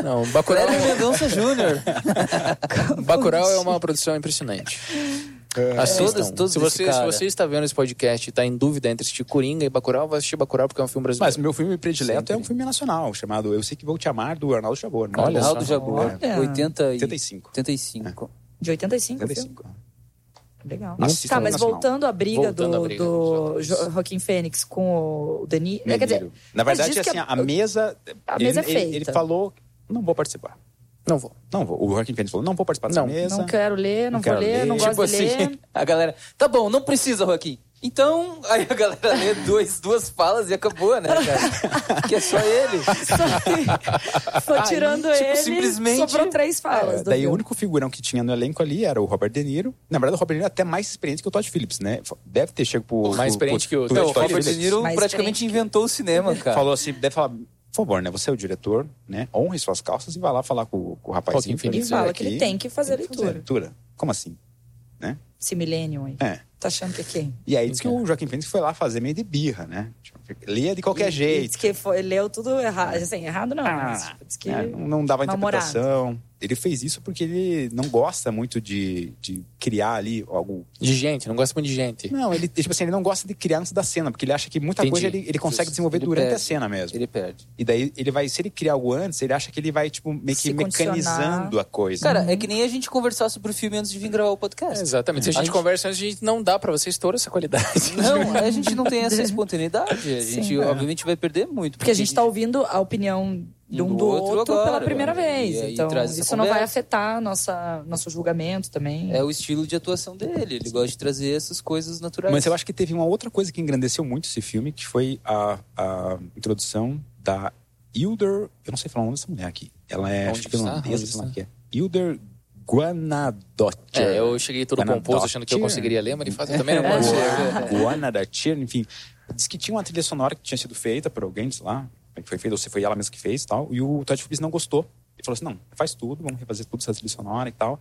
Speaker 3: Não, Bacurau, é
Speaker 6: Cléber Mendonça Júnior.
Speaker 3: Bacurau é uma produção impressionante. Assistam.
Speaker 6: Todos- todos
Speaker 3: se,
Speaker 6: esse
Speaker 3: você, se
Speaker 6: cara.
Speaker 3: você está vendo esse podcast e está em dúvida entre assistir Coringa e Bacurau, vai assistir Bacurau porque é um filme brasileiro.
Speaker 2: Mas meu filme predileto é um filme nacional, chamado Eu Sei Que Vou Te Amar, do Arnaldo Jabor. né?
Speaker 6: Olha Arnaldo Jabor,
Speaker 4: Olha. É.
Speaker 6: 80 e...
Speaker 2: 85.
Speaker 6: 85.
Speaker 4: De 85. o um filme.
Speaker 2: 85.
Speaker 4: Legal.
Speaker 2: Assista
Speaker 4: tá,
Speaker 2: no
Speaker 4: mas
Speaker 2: Nacional.
Speaker 4: voltando à briga
Speaker 2: Voltando
Speaker 4: do,
Speaker 2: à briga,
Speaker 4: do Jo- Joaquim Fênix com o Denis.
Speaker 2: Menino.
Speaker 4: Quer dizer,
Speaker 2: Na verdade,
Speaker 4: mas diz
Speaker 2: assim,
Speaker 4: que é-
Speaker 2: a mesa.
Speaker 4: A
Speaker 2: ele,
Speaker 4: mesa é
Speaker 2: ele- Ele,
Speaker 4: feita.
Speaker 2: falou: não vou participar.
Speaker 3: Não vou.
Speaker 2: Não vou. O Joaquim Fênix falou: não vou participar dessa
Speaker 6: Não.
Speaker 2: mesa.
Speaker 4: Não quero ler, não,
Speaker 2: Não
Speaker 4: vou
Speaker 2: quero
Speaker 4: ler,
Speaker 2: ler.
Speaker 4: não
Speaker 6: Tipo
Speaker 4: gosto de
Speaker 6: assim,
Speaker 4: ler.
Speaker 6: a galera, tá bom, não precisa, Joaquim. Então, aí a galera lê dois, duas falas e acabou, né, cara? que é só ele.
Speaker 2: assim,
Speaker 4: Foi tirando
Speaker 6: tipo,
Speaker 4: ele,
Speaker 6: simplesmente-
Speaker 4: sobrou três falas. do
Speaker 2: É, Daí o
Speaker 4: filme.
Speaker 2: único figurão que tinha no elenco ali era o Robert De Niro. Na verdade, o Robert De Niro é até mais experiente que o Todd Phillips, né? Deve ter chego pro.
Speaker 3: Mais
Speaker 2: pro-
Speaker 3: experiente que
Speaker 2: pro-
Speaker 3: o
Speaker 2: pro
Speaker 3: Todd
Speaker 6: Não, o
Speaker 2: Todd
Speaker 6: Robert De
Speaker 2: Phillips.
Speaker 6: Niro
Speaker 4: Mas
Speaker 6: praticamente inventou o cinema, cara.
Speaker 2: Falou assim, deve falar. Por favor, né? Você é o diretor, né? Honre suas calças e vai lá falar com, o- com o rapazinho.
Speaker 3: Joaquim é
Speaker 4: Ele
Speaker 2: Ele
Speaker 4: fala que ele tem que fazer a leitura.
Speaker 2: leitura. Como assim?
Speaker 4: Esse millennium aí.
Speaker 2: É.
Speaker 4: Tá achando que é quem?
Speaker 2: E aí diz que o Joaquim Phoenix foi lá fazer meio de birra, né? Tipo, lia de qualquer jeito.
Speaker 4: Diz que foi, leu tudo errado. Assim, errado não.
Speaker 2: Ah,
Speaker 4: mas, tipo, diz que
Speaker 2: né, não, não dava
Speaker 4: mal-humorado.
Speaker 2: interpretação. Ele fez isso porque ele não gosta muito de, de criar ali algo.
Speaker 3: De gente, não gosto muito de gente.
Speaker 2: Não, ele, tipo assim, ele não gosta de criar antes da cena, porque ele acha que muita
Speaker 3: Entendi.
Speaker 2: coisa ele, ele consegue desenvolver
Speaker 6: Ele
Speaker 2: durante
Speaker 6: perde.
Speaker 2: a cena mesmo.
Speaker 6: Ele perde.
Speaker 2: E daí ele vai, se ele criar algo antes, ele acha que ele vai, tipo, meio que
Speaker 4: Se condicionar. Uhum.
Speaker 2: mecanizando a coisa.
Speaker 6: Cara, é que nem a gente conversar sobre o filme antes de vir gravar o podcast.
Speaker 3: Exatamente. Se a gente conversa, a gente não dá pra vocês toda essa qualidade.
Speaker 6: Não, a gente não tem essa espontaneidade. A gente,
Speaker 4: Sim.
Speaker 6: obviamente, vai perder muito.
Speaker 4: Porque a gente tá ouvindo a opinião de um do, outro, pela
Speaker 6: agora,
Speaker 4: primeira
Speaker 6: e-
Speaker 4: vez.
Speaker 6: e aí
Speaker 4: então,
Speaker 6: traz essa
Speaker 4: isso não vai
Speaker 6: conversa.
Speaker 4: afetar nossa, nosso julgamento também.
Speaker 6: É o estilo de atuação dele. Ele gosta de trazer essas coisas naturais.
Speaker 2: Mas eu acho que teve uma outra coisa que engrandeceu muito esse filme, que foi a, a introdução da Hildur. Eu não sei falar o nome dessa mulher aqui. Ela é
Speaker 3: Onde
Speaker 2: acho que
Speaker 3: está?
Speaker 2: finlandesa,
Speaker 3: Onde
Speaker 2: sei lá o
Speaker 3: está?
Speaker 2: que é. Hildur Guanadotter.
Speaker 3: É, eu cheguei todo
Speaker 2: Ana
Speaker 3: pomposo achando que eu
Speaker 2: Dottir.
Speaker 3: conseguiria ler, mas de fato eu também não
Speaker 2: É.
Speaker 3: consigo.
Speaker 2: Guanadotter, enfim. Diz que tinha uma trilha sonora que tinha sido feita por alguém, sei lá, que foi feita, ou se foi ela mesma que fez e tal. E o Todd Phillips não gostou. Ele falou assim: não, faz tudo, vamos refazer tudo essa trilha sonora e tal.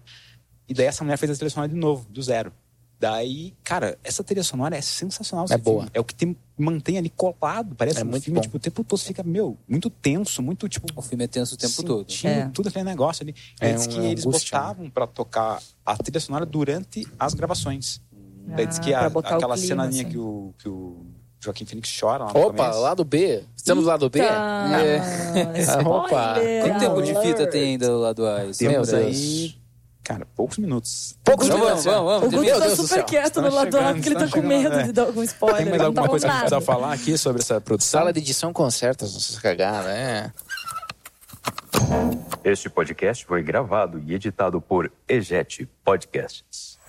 Speaker 2: E daí essa mulher fez a trilha sonora de novo, do zero. Daí, cara, essa trilha sonora é sensacional. esse
Speaker 3: É
Speaker 2: filme.
Speaker 3: boa.
Speaker 2: É o que tem, mantém ali colado, parece
Speaker 3: É
Speaker 2: um
Speaker 3: muito
Speaker 2: filme,
Speaker 3: bom.
Speaker 2: tipo, o tempo todo você fica, meu, muito tenso, muito, tipo...
Speaker 6: O filme é tenso o tempo todo.
Speaker 2: sentindo
Speaker 4: É.
Speaker 2: tudo aquele negócio ali.
Speaker 3: É
Speaker 2: Antes
Speaker 3: um-
Speaker 2: que
Speaker 3: é
Speaker 2: eles
Speaker 3: angústia, né?
Speaker 2: botavam pra tocar a trilha sonora durante as gravações. Daí diz
Speaker 4: Ah,
Speaker 2: que a-
Speaker 4: pra botar o
Speaker 2: aquela
Speaker 4: clima,
Speaker 2: cenaninha
Speaker 4: assim.
Speaker 2: que, o, que o Joaquim Phoenix chora lá no
Speaker 3: Opa,
Speaker 2: começo.
Speaker 3: lado B. Estamos no lado B? É. Ah,
Speaker 4: Eita,
Speaker 3: Opa.
Speaker 4: spoiler
Speaker 6: Quanto tempo de fita
Speaker 4: alert.
Speaker 6: tem ainda lá do Ais?
Speaker 2: Temos
Speaker 3: Meu Deus.
Speaker 2: aí, cara, poucos minutos.
Speaker 3: Poucos
Speaker 6: Vamos,
Speaker 3: minutos. né?
Speaker 6: vamos, vamos.
Speaker 4: O
Speaker 6: Meu
Speaker 4: Guto tá
Speaker 3: Deus do
Speaker 4: super
Speaker 3: céu.
Speaker 4: quieto do
Speaker 2: Estamos
Speaker 4: lado do lado,
Speaker 2: chegando,
Speaker 4: porque ele tá com
Speaker 2: estamos
Speaker 4: medo
Speaker 2: chegando, é.
Speaker 4: de dar algum
Speaker 2: Tem
Speaker 4: spoiler.
Speaker 2: mais
Speaker 4: ele
Speaker 2: alguma
Speaker 4: não tá
Speaker 2: coisa que a gente
Speaker 4: contando.
Speaker 2: precisa falar aqui sobre essa produção?
Speaker 3: Sala de edição conserta, se vocês cagar, né?
Speaker 13: Este podcast foi gravado e editado por EJET Podcasts.